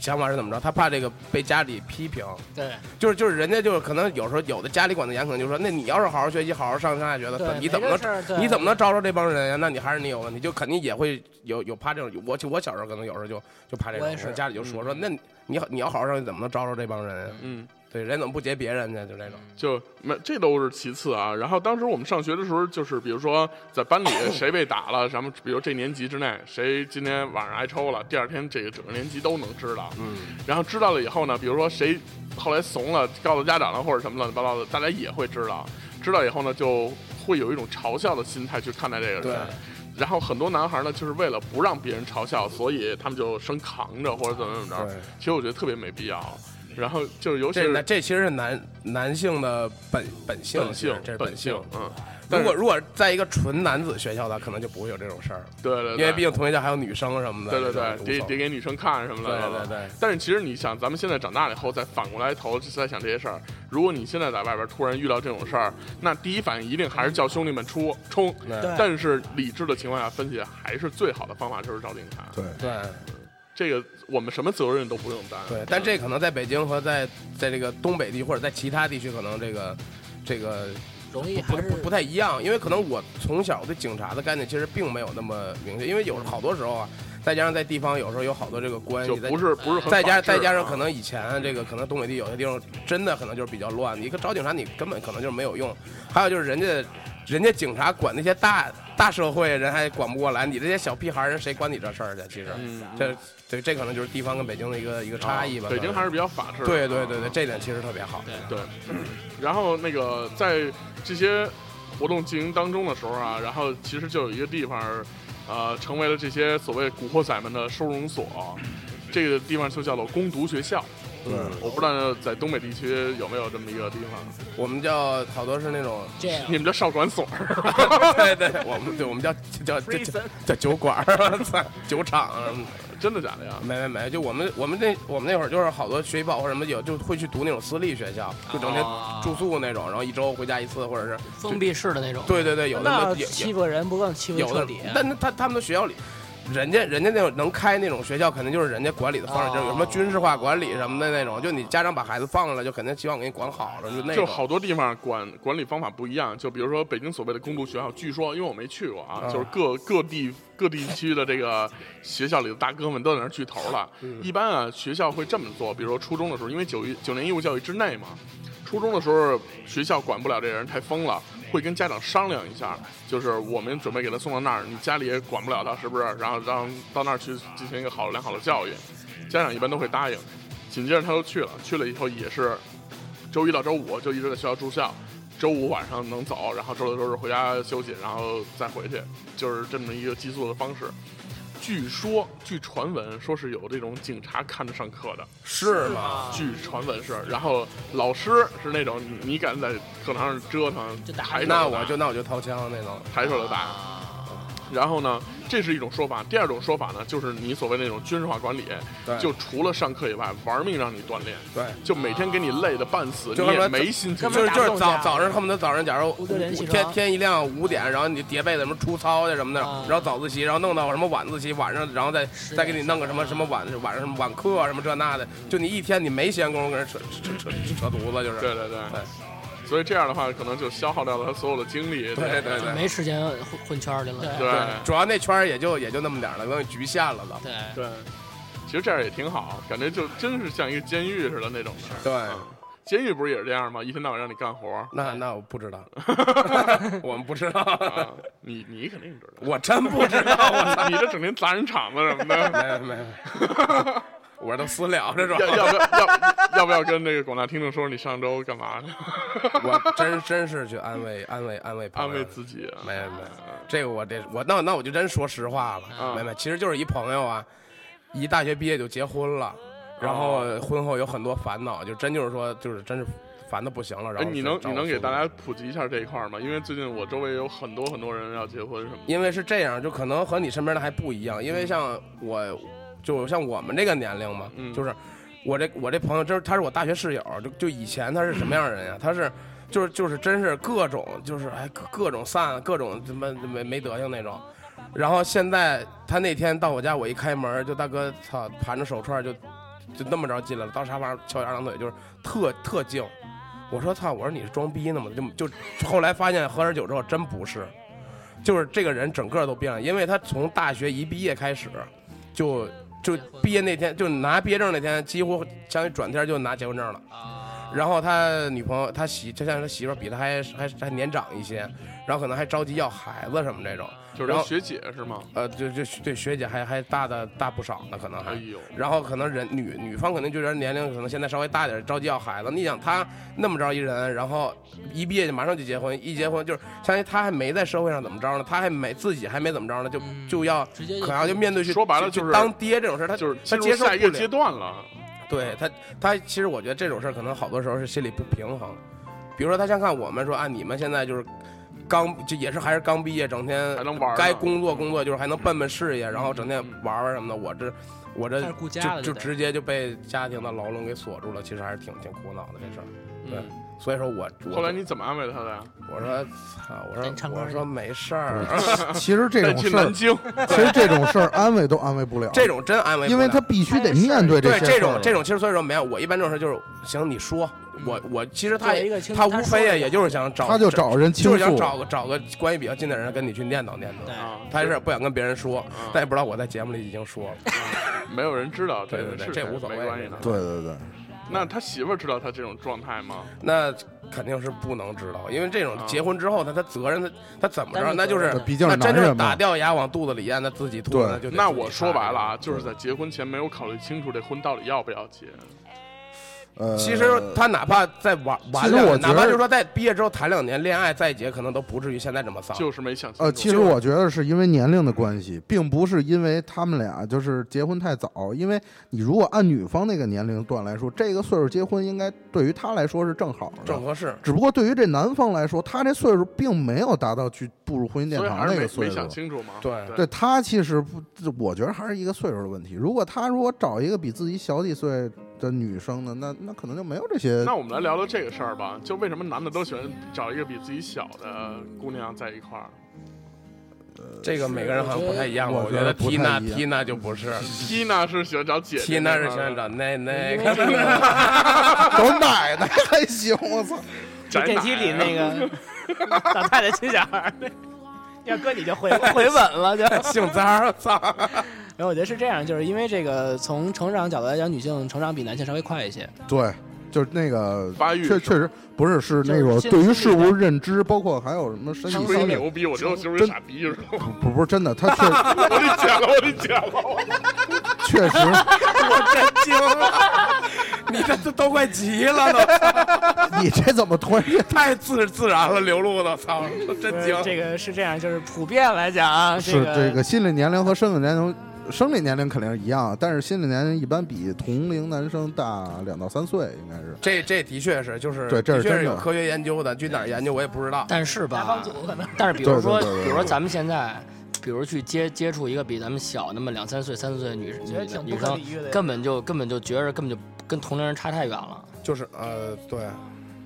C: 想法是怎么着？他怕这个被家里批评，
E: 对，
C: 就是就是人家就是可能有时候有的家里管的严，可能就说那你要是好好学习，好好上上大学的，
E: 对
C: 你怎么
E: 没这事儿
C: 能
E: 对
C: 你怎么能招着这帮人呀？那你还是你有问题，就肯定也会有有怕这种。我就我小时候可能有时候就就怕这
E: 我
C: 种，
E: 也是嗯
C: 我家里就说说那你你好你要好好上学，怎么能招着这帮人呀？
B: 嗯，
C: 对，人怎么不结别人呢？就这种。
B: 就没这都是其次啊。然后当时我们上学的时候，就是比如说在班里谁被打 了，咱们比如这年级之内谁今天晚上挨抽了，第二天这个整个年级都能知道。
C: 嗯，
B: 然后知道了以后呢，比如说谁后来怂了，告诉家长了或者什么乱七八糟的，大家也会知道。知道以后呢，就会有一种嘲笑的心态去看待这个
C: 对
B: 人。然后很多男孩呢，就是为了不让别人嘲笑，所以他们就生扛着或者怎么怎么着
C: 对。
B: 其实我觉得特别没必要。然后就是尤其
C: 这
B: 是
C: 男这其实是男男性的本本性，
B: 本
C: 其实
B: 性，
C: 这是
B: 本
C: 性。
B: 嗯。但
C: 如
B: 是
C: 果如果在一个纯男子学校的，可能就不会有这种事儿了，
B: 对对对，
C: 因为毕竟同学校还有女生什么的。
B: 对对对，得
C: 这种无所
B: 得
C: 谓
B: 给女生看什么的。
C: 对对对
B: 但是其实你想，咱们现在长大了以后，再反过来头再想这些事儿，如果你现在在外边突然遇到这种事儿，那第一反应一定还是叫兄弟们出冲。
C: 对
B: 但是理智的情况下分析，还是最好的方法就是找警察。
D: 对，
C: 对
B: 这个我们什么责任都不用担。
C: 对，但这可能在北京和在在这个东北地或者在其他地区，可能这个这个
E: 容易
C: 不
E: 还是
C: 不不太一样，因为可能我从小对警察的概念其实并没有那么明确，因为有好多时候啊，再加上在地方有时候有好多这个
B: 嗯
C: 关
B: 就
C: 系，在
B: 不是不是很
C: 再加
B: 法制啊
C: 再加上可能以前这个可能东北地有些地方真的可能就是比较乱，你找警察你根本可能就是没有用。还有就是人家人家警察管那些大大社会人还管不过来，你这些小屁孩儿人谁管你这事儿去？其实、这这这可能就是地方跟北京的一个一个差异
B: 啊
C: 吧。
B: 哦北京还是比较法治的。啊
C: 对对对对，这点其实特别好。
B: 对，然后那个在这些活动进行当中的时候啊，然后其实就有一个地方，呃，成为了这些所谓古惑仔们的收容所，这个地方就叫做攻读学校。
C: 嗯，
B: 我不知道在东北地区有没有这么一个地方，
C: 我们叫好多是 那种
E: 这样
B: 你。们叫少管所儿，
C: 对对，我们对我们叫叫叫叫叫酒馆儿，操酒厂啊什么的
B: 真的假的呀？
C: 啊没没没，就我们我们那我们那会儿就是好多学习不好或者什么有就会去读那种私立学校，就整天
A: 啊
C: 住宿那种，然后一周回家一次，或者是
A: 封闭式的那种。
C: 对对对，有的
E: 那
C: 没有
E: 欺负人不更欺负
C: 有
E: 彻
C: 的
E: 底？，啊
C: 但他他们的学校里。人家人家那种能开那种学校，肯定就是人家管理的方式，就是有什
A: 哦
C: 么军事化管理什么的那种。就你家长把孩子放上来，就肯定希望给你管好了，就那
B: 就
C: 种。
B: 好多地方管管理方法不一样，就比如说北京所谓的公读学校，据说因为我没去过啊，
C: 嗯
B: 就是各各地各地区的这个学校里的大哥们都在那儿聚头了。一般啊，学校会这么做，比如说初中的时候，因为九一九年义务教育之内嘛，初中的时候学校管不了这人太疯了，会跟家长商量一下，就是我们准备给他送到那儿，你家里也管不了他，是不是？然后让到那儿去进行一个好良好的教育，家长一般都会答应。紧接着他就去了，去了以后也是周一到周五就一直在学校住校，周五晚上能走，然后周六周日回家休息，然后再回去，就是这么一个寄宿的方式。据说，据传闻说是有这种警察看着上课的，
C: 是吗？
B: 据传闻是。然后老师是那种你你敢在课堂上折腾，
E: 就打
A: 啊
B: 抬手
C: 那
B: 就打
C: 我就那我就掏枪那种。
B: 抬手就打。然后呢，这是一种说法。第二种说法呢，就是你所谓那种军事化管理，
C: 对，
B: 就除了上课以外，玩命让你锻炼，
C: 对，
B: 就每天给你累得半死，
C: 就
B: 你
C: 他妈
B: 也没心情
C: 就。是就是
E: 动
C: 早
E: 架
C: 早上恨不得早上，假如
E: 五六点
C: 五
E: 起
C: 天
E: 床
C: 天一亮五点，然后你叠被子什么出操去什么的
E: 啊，
C: 然后早自习，然后弄到什么晚自习，晚上然后再再给你弄个什么什么晚晚上什么晚课啊什么这那
E: 嗯
C: 的，就你一天你没闲工夫跟人扯扯扯扯扯犊子，就是
B: 对对对
C: 对，
B: 所以这样的话，可能就消耗掉了他所有的精力。
C: 对对对
E: 没时间混混圈儿去了。
B: 对
C: 主要那圈儿也就也就那么点儿了，给你局限了都。
E: 对，
B: 对，其实这样也挺好，感觉就真是像一个监狱似的那种的。
C: 对，
B: 嗯监狱不是也是这样吗？一天到晚让你干活 儿
C: 那那我 不知道，我们不知
B: 啊
C: 道，，
B: 你你肯定知道。
C: 我真不知道，我操，
B: 你这整天砸人场子什么的，
C: 没没没，我都私了这种，
B: 要要不要要要不要跟那个广大听众说你上周干嘛去？
C: 我真真是去安慰安慰安慰朋
B: 安
C: 友
B: 慰自己啊。
C: 没有没有，这个我得我那那我就真说实话了，
B: 嗯
C: 没没，其实就是一朋友啊，一大学毕业就结婚了，然
B: 哦
C: 后婚后有很多烦恼，就真就是说就是真是烦的不行了。然
B: 哎，
C: 后
B: 你能
C: 找
B: 你
C: 我
B: 能给
C: 诉苦
B: 大家，普及一下这一块儿吗？因为最近我周围有很多很多人要结婚什么的。
C: 因为是这样，就可能和你身边的还不一样，因为像我，就像我们这个年龄嘛，
B: 嗯
C: 就是我这我这朋友，真是他是我大学室友，就就以前他是什么样的人呀、他是。就是就是真是各种就是哎各各种散各种怎么没没德行那种，然后现在他那天到我家，我一开门就大哥操盘着手串就就那么着进来了，到沙发上翘一二郎腿，就是特特静。我说操，我说你是装逼呢吗？就就后来发现喝点酒之后真不是，就是这个人整个都变了，因为他从大学一毕业开始，就就毕业那天就拿毕业证那天，几乎相当于转天就拿结婚证了。然后他女朋友，他媳，就像他媳妇儿比他还还还年长一些，然后可能还着急要孩子什么这种，
B: 就是
C: 然
B: 他
C: 后
B: 学姐是吗？
C: 呃，就就对学姐还还大的大不少呢，可能还
B: 哎。呦，
C: 然后可能人女女方可能就觉得年龄可能现在稍微大点儿，着急要孩子。你想她那么着一人，然后一毕业就马上就结婚，一结婚就是相当于她还没在社会上怎么着呢，她还没自己还没怎么着呢，就
E: 嗯
C: 就要
E: 直接
C: 可能就面对去
B: 说白了
C: 去
B: 就是
C: 去当爹这种事儿，她
B: 就是
C: 她
B: 进入
C: 接受
B: 下一个
C: 不
B: 阶
C: 了。
B: 段了。
C: 对她她其实我觉得这种事儿可能好多时候是心理不平衡。比如说她像看我们说啊，你们现在就是刚就也是还是刚毕业，整天
B: 还能玩儿呢嗯
C: 该工作工作，就是还能奔奔事业，然后整天玩玩什么的。我这我这
E: 开始顾家
C: 就
E: 了，
C: 就
E: 得
C: 直接就被家庭的牢笼给锁住了，其实还是挺挺苦恼的这事儿。对
B: 嗯，
C: 所以说我我
B: 后来你怎么安慰他的呀？
C: 我说操，我
E: 带你唱
C: 说
E: 歌
C: 我
E: 去
C: 说没事儿，
D: 嗯其实这
B: 带
D: 种
B: 去
D: 事
B: 南
D: 儿，
B: 京，
D: 其实这种事儿安慰都安慰不了，
C: 这种真安慰不了，
D: 因为他必须得面对
C: 对
D: 些事
C: 这
D: 儿
C: 种
D: 了
C: 这种其实所以说没有，我一般这种事就是行，你说我我其实他
E: 嗯有一
C: 也
E: 个清
C: 他
E: 他
C: 无
E: 说
C: 非
E: 了
C: 也也就是想找
D: 他就找人倾
C: 就
D: 诉，
C: 是想找个找个关系比较近的人跟你去念叨念叨。
E: 对嗯
B: 啊
C: 他是不想跟别人说，
B: 啊
C: 但也不知道我在节目里已经说了。
B: 没有人知道这
C: 对对
B: 个
C: 对
B: 是
C: 这
B: 谁
C: 无所谓
B: 没关系的。
D: 对对对，
B: 那他媳妇儿知道他这种状态吗？
C: 那肯定是不能知道，因为这种
B: 啊
C: 结婚之后，他他责任他他怎么
E: 担
C: 着，
E: 负
C: 那就
E: 嗯责
C: 是
E: 任
D: 毕竟
C: 那
D: 是
C: 真
D: 男
C: 就是
D: 人
C: 打
D: 嘛，
C: 掉牙往肚子里咽，那自己吐
D: 对
C: 那就得
B: 那
C: 自己
B: 我说白了啊，
C: 查
B: 就是在结婚前没有考虑清楚这婚到底要不要结。
C: 啊
D: 呃，
C: 其实他哪怕再玩玩
D: 其实
C: 两
D: 我
C: 年，哪
D: 觉得
C: 怕就是说在毕业之后谈两年恋爱再结，可能都不至于现在这么丧。
B: 就是没想清楚。
D: 呃，其实我觉得是因为年龄的关系，并不是因为他们俩就是结婚太早。因为你如果按女方那个年龄段来说，这个岁数结婚应该对于她来说是正好的
C: 正。合适。
D: 只不过对于这男方来说，他这岁数并没有达到去步入婚姻殿
B: 所以
D: 堂
B: 还是
D: 那个
B: 没
D: 岁
B: 没
D: 数。
B: 想清楚嘛。
C: 对
D: 对他其实不，我觉得还是一个岁数的问题。如果他如果找一个比自己小几岁的女生呢，那那可能就没有这些。
B: 那我们来聊聊这个事儿吧，就为什么男的都喜欢找一个比自己小的姑娘在一块儿？
C: 这个每个人好像不太一样吧？
D: 呃我
C: 我
D: 觉
C: 觉
D: 得
C: 得
D: 不太
C: 缇娜
D: 一样
C: 缇娜就不是，
B: 缇娜是喜欢找姐姐，
C: 缇娜是想找奶奶。
D: 我奶奶还行，我操！
B: 宅
E: 就电
B: 奶
E: 梯里那
C: 啊
E: 个 老太太亲小孩儿那，要搁你就回回稳了就。
C: 姓张儿，操！
E: 然后我觉得是这样，就是因为这个从成长角度来讲，女性成长比男性稍微快一 些。
D: 对，就是那个
B: 发育
D: 确确实不是是那种
E: 就是
D: 对于事物认知，包括还有什么身体
B: 吹
D: 方面，
B: 牛逼，我觉得我就是个
D: 真
B: 傻逼是吧？
D: 不不是真的，他确
B: 我得剪了，我得剪了。
D: 确实
C: 惊了，你这都都快急了，都
D: 你这怎 么突然间
C: 太自自然了，流露的，操！真
E: 就是
C: 惊。
E: 这个是这样，就是普遍来讲啊，
D: 是
E: 个
D: 这个心理年龄和生理年龄生理年龄肯定是一样，但是心理年龄一般比同龄男生大两到三岁，应该是。
C: 这这的确是，就是
D: 对这
C: 的
D: 是
C: 确
D: 真
C: 是
D: 的
C: 有科学研究的，去哪儿研究我也不知道。
A: 但是
E: 大
A: 吧
E: 方，组可能
A: 但是比如说，
D: 对对对对对
A: 比如说咱们现在，比如去接接触一个比咱们小那么两三岁、三四岁的女女
E: 觉得
A: 的
E: 挺
A: 女
E: 不可
A: 生，
E: 理喻的。
A: 根本就根本就觉着根本就跟同龄人差太远了。
C: 就是呃，对，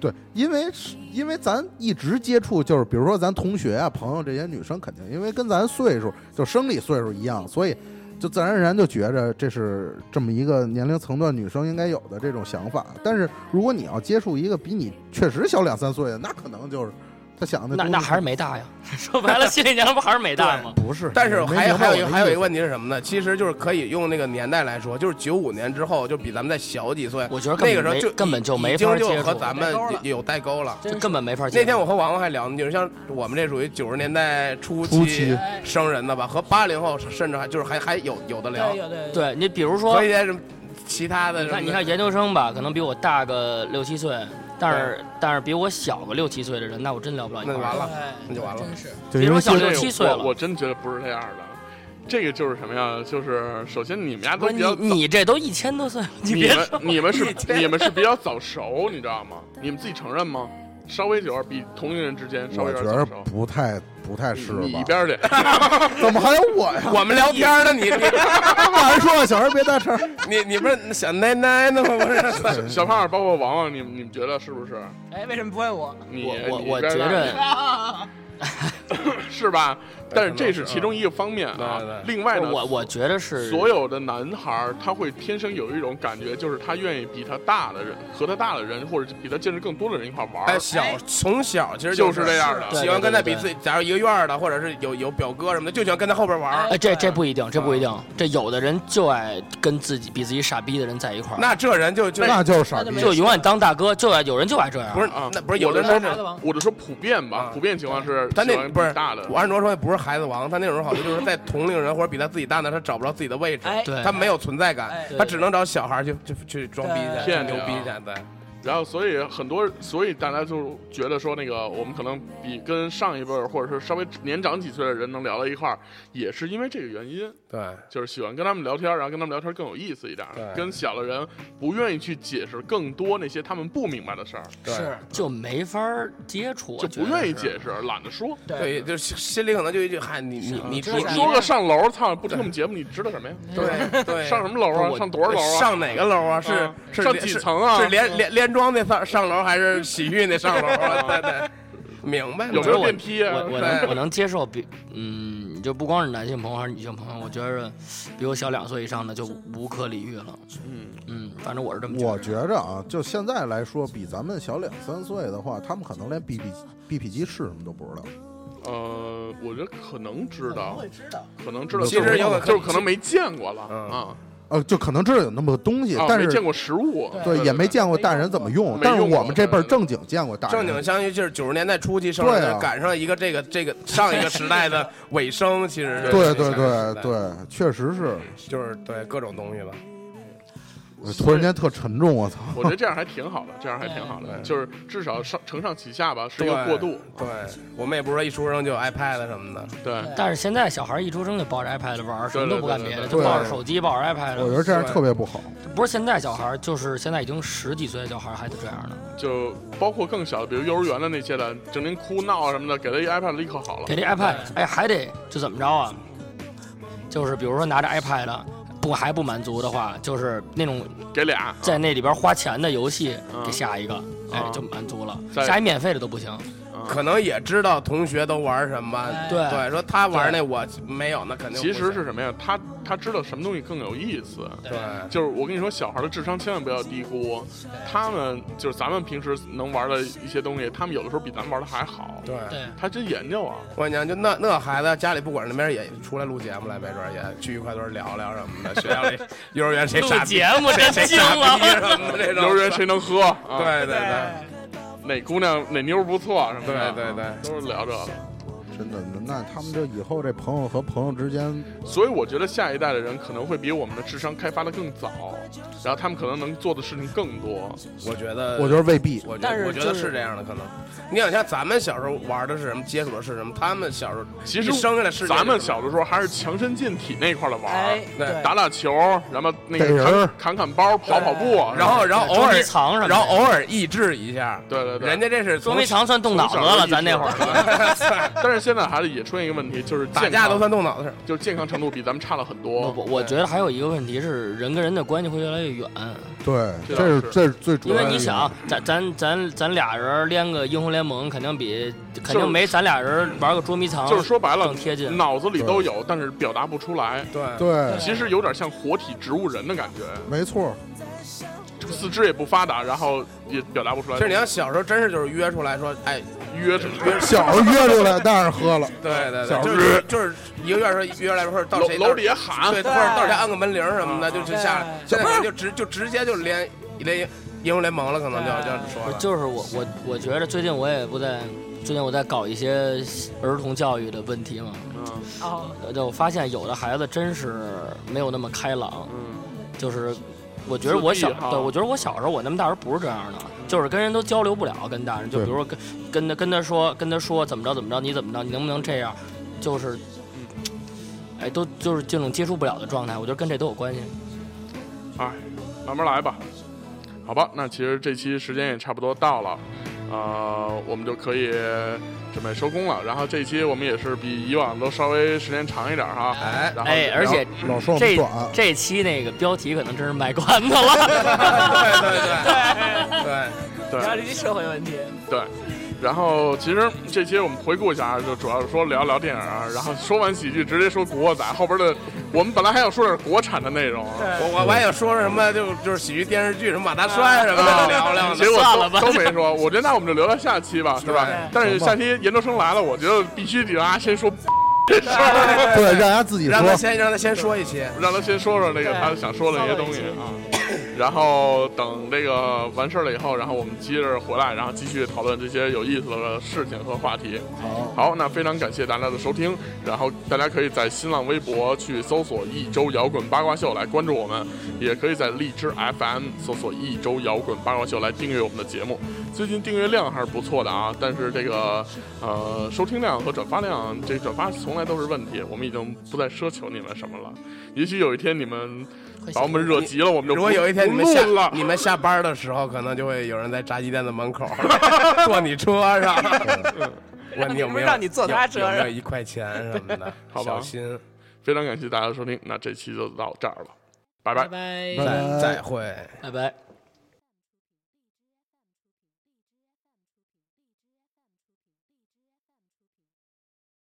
D: 对，因为是因为咱一直接触，就是比如说咱同学啊、朋友这些女生，肯定因为跟咱岁数就生理岁数一样，所以就自然而然就觉着这是这么一个年龄层段女生应该有的这种想法。但是如果你要接触一个比你确实小两三岁的，那可能就是他想的
A: 那
D: 东西
A: 那还是没大呀， 说白了，心理年龄不还是没大吗？
D: 不是？
C: 但是
D: 没
C: 还
D: 明白
C: 还有一
D: 我
C: 个
D: 的
C: 还有一个
D: 意思
C: 问题是什么呢？其实就是可以用那个年代来说，就是九五年之后，就比咱们再小几岁，
A: 我觉得根本
C: 那个时候
A: 没
C: 就
A: 根本就
C: 已
A: 没
C: 经
A: 法
C: 就
A: 接
C: 和
A: 触
E: 代
C: 咱们
E: 沟了
C: 有有代沟了。
E: 真
A: 就是根本没法接触。
C: 那天我和王王还聊呢，就是像我们这属于九十年代初
D: 初期
C: 生人的吧，和八零后甚至还就是还还有有的聊
E: 对，对对，
A: 对你比如说
C: 和一些什么其他的
A: 你
C: 什么
A: 看，你看研究生吧，可能比我大个六七岁，但是但是比我小个六七岁的人，那我真聊不到一块
C: 那
A: 儿。
C: 完了，
E: 哎
C: 那就完了。
E: 真是
D: 对
A: 比
D: 因
A: 如
D: 为
A: 小
D: 现
B: 这
A: 六
B: 个
A: 七岁了
B: 我我真觉得不是这样的。这个就是什么呀？就是首先你们家都
A: 不是
B: 比较早
A: 你你这都一千多岁了，你
B: 你
A: 别
B: 们你们是你们是比较早熟，你知道吗？你们自己承认吗？稍微有点比同龄人之间稍微
D: 我
B: 有
D: 觉
B: 点
D: 得
B: 早熟。
D: 不太不太适合
B: 你一
D: 吧。
B: 边儿去，
D: 怎么还有我 呀？
C: 我们聊天呢，你
D: 我还说小孩别搭茬儿。
C: 你你不是小奶奶呢吗？不 是，
B: 小小胖儿包括王王，你们你们觉得是不是？
E: 哎，为什么不问我？
B: 你
A: 我我
B: 你一
A: 我
B: 边
A: 觉
B: 儿去
A: 着
B: 是吧？但是
C: 可能
B: 这是
C: 是
B: 其中一个方面啊
C: 对。对
B: 另外呢，
A: 我我觉得是
B: 所有的男孩儿他会天生有一种感觉，就是他愿意比他大的人和他大的人，或者比他见识更多的人一块玩
C: 哎，
B: 儿。
C: 小从小其实
B: 就是
C: 是
B: 这样的
A: 对
C: 喜欢跟他
A: 对对
C: 比自己，假如一个院儿的，或者是有有表哥什么的，就喜欢跟他后边玩儿。
A: 哎，这这不一定，这
C: 嗯
A: 不一定，这有的人就爱跟自己比自己傻逼的人在一块儿，
C: 那这人就就
D: 那就是傻逼。
A: 就永远当大哥，就爱有人就爱这样。
C: 不是
B: 啊
C: 那不是有的
B: 我的
C: 人
E: 孩子
C: 是，
E: 王，
B: 我就说普遍吧
C: 啊，
B: 普遍情况是
C: 他
B: 喜
C: 那
B: 欢
C: 不
B: 比
C: 是
B: 大的。
C: 我按卓说不是孩子王，他那种好处就是在同龄人或者比他自己大的，他找不着自己的位置，
E: 哎，
A: 对
C: 他没有存在感，
E: 哎
C: 他只能找小孩儿去去去装逼去，
B: 骗你
C: 牛
B: 啊
C: 逼去，对，
B: 然后，所以很多，所以大家就觉得说，那个我们可能比跟上一辈儿，或者是稍微年长几岁的人能聊到一块儿，也是因为这个原因，
C: 对
B: 就是喜欢跟他们聊天，然后跟他们聊天更有意思一点儿
C: 对，
B: 跟小的人不愿意去解释更多那些他们不明白的事儿，
C: 对。
E: 是
A: 就没法儿接触，我
B: 就
A: 觉得
B: 不愿意
A: 是
B: 解释，懒得说，
C: 对，就是心心里可能就一句嗨，你你
B: 啊
C: 你
E: 这
C: 你
E: 是
B: 说个上楼，操，不听我们节目，你知道什么呀？
C: 对 对
B: 上什么楼啊？
A: 我
B: 上多少楼啊？
C: 哦上哪个楼啊？是
B: 啊
C: 是
B: 上
C: 连
B: 几
C: 是
B: 层啊
C: 是连连连庄那上上楼，还是洗浴那上楼 啊？对对，明白了。
B: 有没有电梯啊？
A: 我我
C: 对
A: 能我能接受比嗯，就不光是男性朋友还是女性朋友，我觉着比我小两岁以上的就无可理喻了。
B: 嗯，
A: 嗯，反正我是这么觉
D: 我
A: 得。
D: 觉着啊，就现在来说，比咱们小两三岁的话，他们可能连 B B B P 机是什么都不知道。
B: 呃，我觉得可能知
E: 我
B: 道
E: 会，知道，
B: 可能知道，
C: 其实有可能
B: 就是可能没见过了
C: 嗯
B: 啊。
D: 呃，就可能知道有那么个东西，
B: 啊，
D: 但
B: 没
D: 是
B: 见过实物，啊
E: 对
D: 对也没见过大人怎么用
B: 没。
D: 但是
B: 用过
D: 我们这辈儿
B: 对
D: 正经见过大人，
C: 正经相当于就是九十年代初期生人
D: 对
C: 的，
D: 啊
C: 赶上一个这个这个上一个时代的尾声，其实是
D: 对
C: 这
D: 对
C: 个时代
D: 对，对，确实是。
C: 就是对各种东西吧。
D: 我突然间特沉重，我操！
B: 我觉得这样还挺好的，这样还挺好的，
C: 对
B: 就是至少上承上启下吧，是一
C: 对
B: 个过渡。
C: 对我们也不是说一出生就有 iPad 什么的，
B: 对，
A: 但是现在小孩儿一出生就抱着 iPad 玩儿，什么都不干别
B: 对
A: 的，
D: 对对对
A: 就抱着手机，抱着 iPad。
D: 我觉得这样特别不好。
A: 不是现在小孩儿，就是现在已经十几岁的小孩儿还得这样呢。
B: 就包括更小的，比如幼儿园的那些的，整天哭闹啊什么的，给他一 iPad 立刻好了
A: 给。这 iPad，哎，还得就怎么着啊？就是比如说拿着 iPad 不还不满足的话，就是那种
B: 给俩，啊
A: 在那里边花钱的游戏
B: 嗯
A: 给下一个，哎
B: 啊
A: 就满足了。
B: 在
A: 下一免费的都不行。
B: 嗯
C: 可能也知道同学都玩什么。
E: 哎
A: 对
C: 对，说他玩那我没有，那肯定不
B: 其实
C: 行
B: 是什么呀？他他知道什么东西更有意思。啊
C: 对
B: 就是我跟你说，小孩的智商千万不要低估，他们就是咱们平时能玩的一些东西，他们有的时候比咱们玩的还好。
C: 对。
E: 对
B: 他真研究啊，
C: 我跟你讲，就那那孩子家里不管那边也出来录节目来，没准儿也聚一块堆儿聊聊什么的。学校里幼儿园谁傻逼，
A: 目真
C: 谁傻逼什么的这 种。
B: 幼儿园谁能喝？啊，
C: 哎对对对
B: 哪姑娘哪妞儿不错什么
C: 对
B: 的，啊
C: 对对
B: 都是聊这个。
D: 真的，那他们这以后这朋友和朋友之间，
B: 所以我觉得下一代的人可能会比我们的智商开发的更早，然后他们可能能做的事情更多。
C: 我觉得，
D: 我觉得未必。
C: 呃我觉
E: 但
C: 得
E: 是
C: 我觉
E: 就
C: 得
E: 是
C: 是这样的，可能你想像咱们小时候玩的是什么，接触的是什么，他们小时候
B: 其实
C: 一生下来是
B: 咱们小的时候还是强身健体那块儿的玩儿
E: 哎，，
C: 对
B: 打打球，然后那
D: 逮人
B: 个
D: 儿
B: 砍砍砍包、跑跑步，啊
C: 然后然后偶
A: 捉迷
C: 尔
A: 藏什么的，
C: 然后偶尔抑制一下，
B: 对对对，
C: 人家这是
A: 捉
C: 从
A: 迷藏算动脑子了，咱那会儿。
B: 儿。 但是现在孩子也出现一个问题，就是
C: 打
B: 健
C: 架
B: 康
C: 都算动脑子事儿。
B: 就是健康程度比咱们差了很
A: 我
B: 多。
A: 我我觉得还有一个问题是，人跟人的关系会越来越远，
D: 对，
B: 这
D: 这是
B: 倒是
D: 这是最主
A: 因
D: 要的。
A: 为你想，咱咱咱咱俩人连个英雄联盟，肯定比肯
B: 就是
A: 定没咱俩人玩个捉迷藏
B: 就是说白了
A: 更，贴近。
B: 脑子里都有，但是表达不出来。
C: 对，
D: 对，
B: 其实有点像活体植物人的感觉，
D: 没错，
B: 四肢也不发达，然后也表达不出来。
C: 其实你要小时候真是就是约出来说，哎，
B: 约着
C: 约
D: 小时候约出来，但是喝了，
C: 对对
D: 小
C: 对，就
D: 时候
C: 是就是一个院说约出来说到
B: 楼
C: 谁
B: 楼啊底
C: 到
B: 下喊
C: 对，或
E: 对
C: 者到谁按个门铃什么的，就
B: 对
C: 就下来。现在就直就直接就连连英雄联盟了，可能就
E: 对
C: 这样说
A: 不是
C: 了。
A: 就是我我我觉得最近我也不在，最近我在搞一些儿童教育的问题嘛，
B: 嗯
E: 哦，
A: 呃就我发现有的孩子真是没有那么开朗，
B: 嗯，
A: 就是我觉得我小
B: 自闭哈嗯
A: 对我觉得我小时候我那么大时候不是这样的，就是跟人都交流不了，跟大人就
D: 对
A: 比如说跟跟他跟他说跟他说怎么着怎么着，你怎么着，你能不能这样，就是。
B: 嗯
A: 哎，都就是这种接触不了的状态，我觉得跟这都有关系。
B: 哎慢慢来吧。好吧，那其实这期时间也差不多到了，呃，我们就可以准备收工了。然后这期我们也是比以往都稍微时间长一点哈。
C: 哎，
B: 然后
A: 哎，而且
D: 老说我们
A: 这
D: 短，啊
A: 这期那个标题可能真是卖关子了。
C: 对
B: 对
C: 对 对对，
E: 然后这些社会问题，
B: 对，然后其实这期我们回顾一下，就主要是说聊聊电影啊，然后说完喜剧直接说古惑仔，后边的我们本来还想说点国产的内容啊，
C: 我我我还想说什么，就就是喜剧电视剧什么马大
E: 啊
C: 帅
B: 哎
C: 什么的聊聊呢
B: 结。果
A: 算
B: 都
A: 了吧
B: 都没说，我觉得那我们就留到下期吧，是吧
C: 对？
B: 但是下期研究生来了，我觉得必须得让他先说这事儿，
D: 对，让人家自己
C: 让他
D: 说。
C: 先让他先说一些。
B: 让他先说说那个他想说的那些东西啊。然后等这个完事儿了以后，然后我们接着回来，然后继续讨论这些有意思的事情和话题。
D: 好，
B: 好，那非常感谢大家的收听，然后大家可以在新浪微博去搜索“一周摇滚八卦秀”来关注我们，也可以在荔枝 FM 搜索“一周摇滚八卦秀”来订阅我们的节目。最近订阅量还是不错的啊，但是这个呃收听量和转发量，这转发从来都是问题，我们已经不再奢求你们什么了。也许有一天你们把我们热急了，我们就
C: 如果
B: 不
C: 有一天你们
B: 不
C: 下
B: 录了，
C: 你们下班的时候，可能就会有人在炸鸡店的 门口坐你车上，
B: 嗯
C: 问你有没有
E: 让你坐他车
C: 有
E: 上
C: 有没有一块钱什么的，
B: 好吧
C: 小心，
B: 非常感谢大家的收听，那这期就到这儿了，拜拜
E: 拜。拜
D: 拜拜
C: 再再会。
A: 拜拜。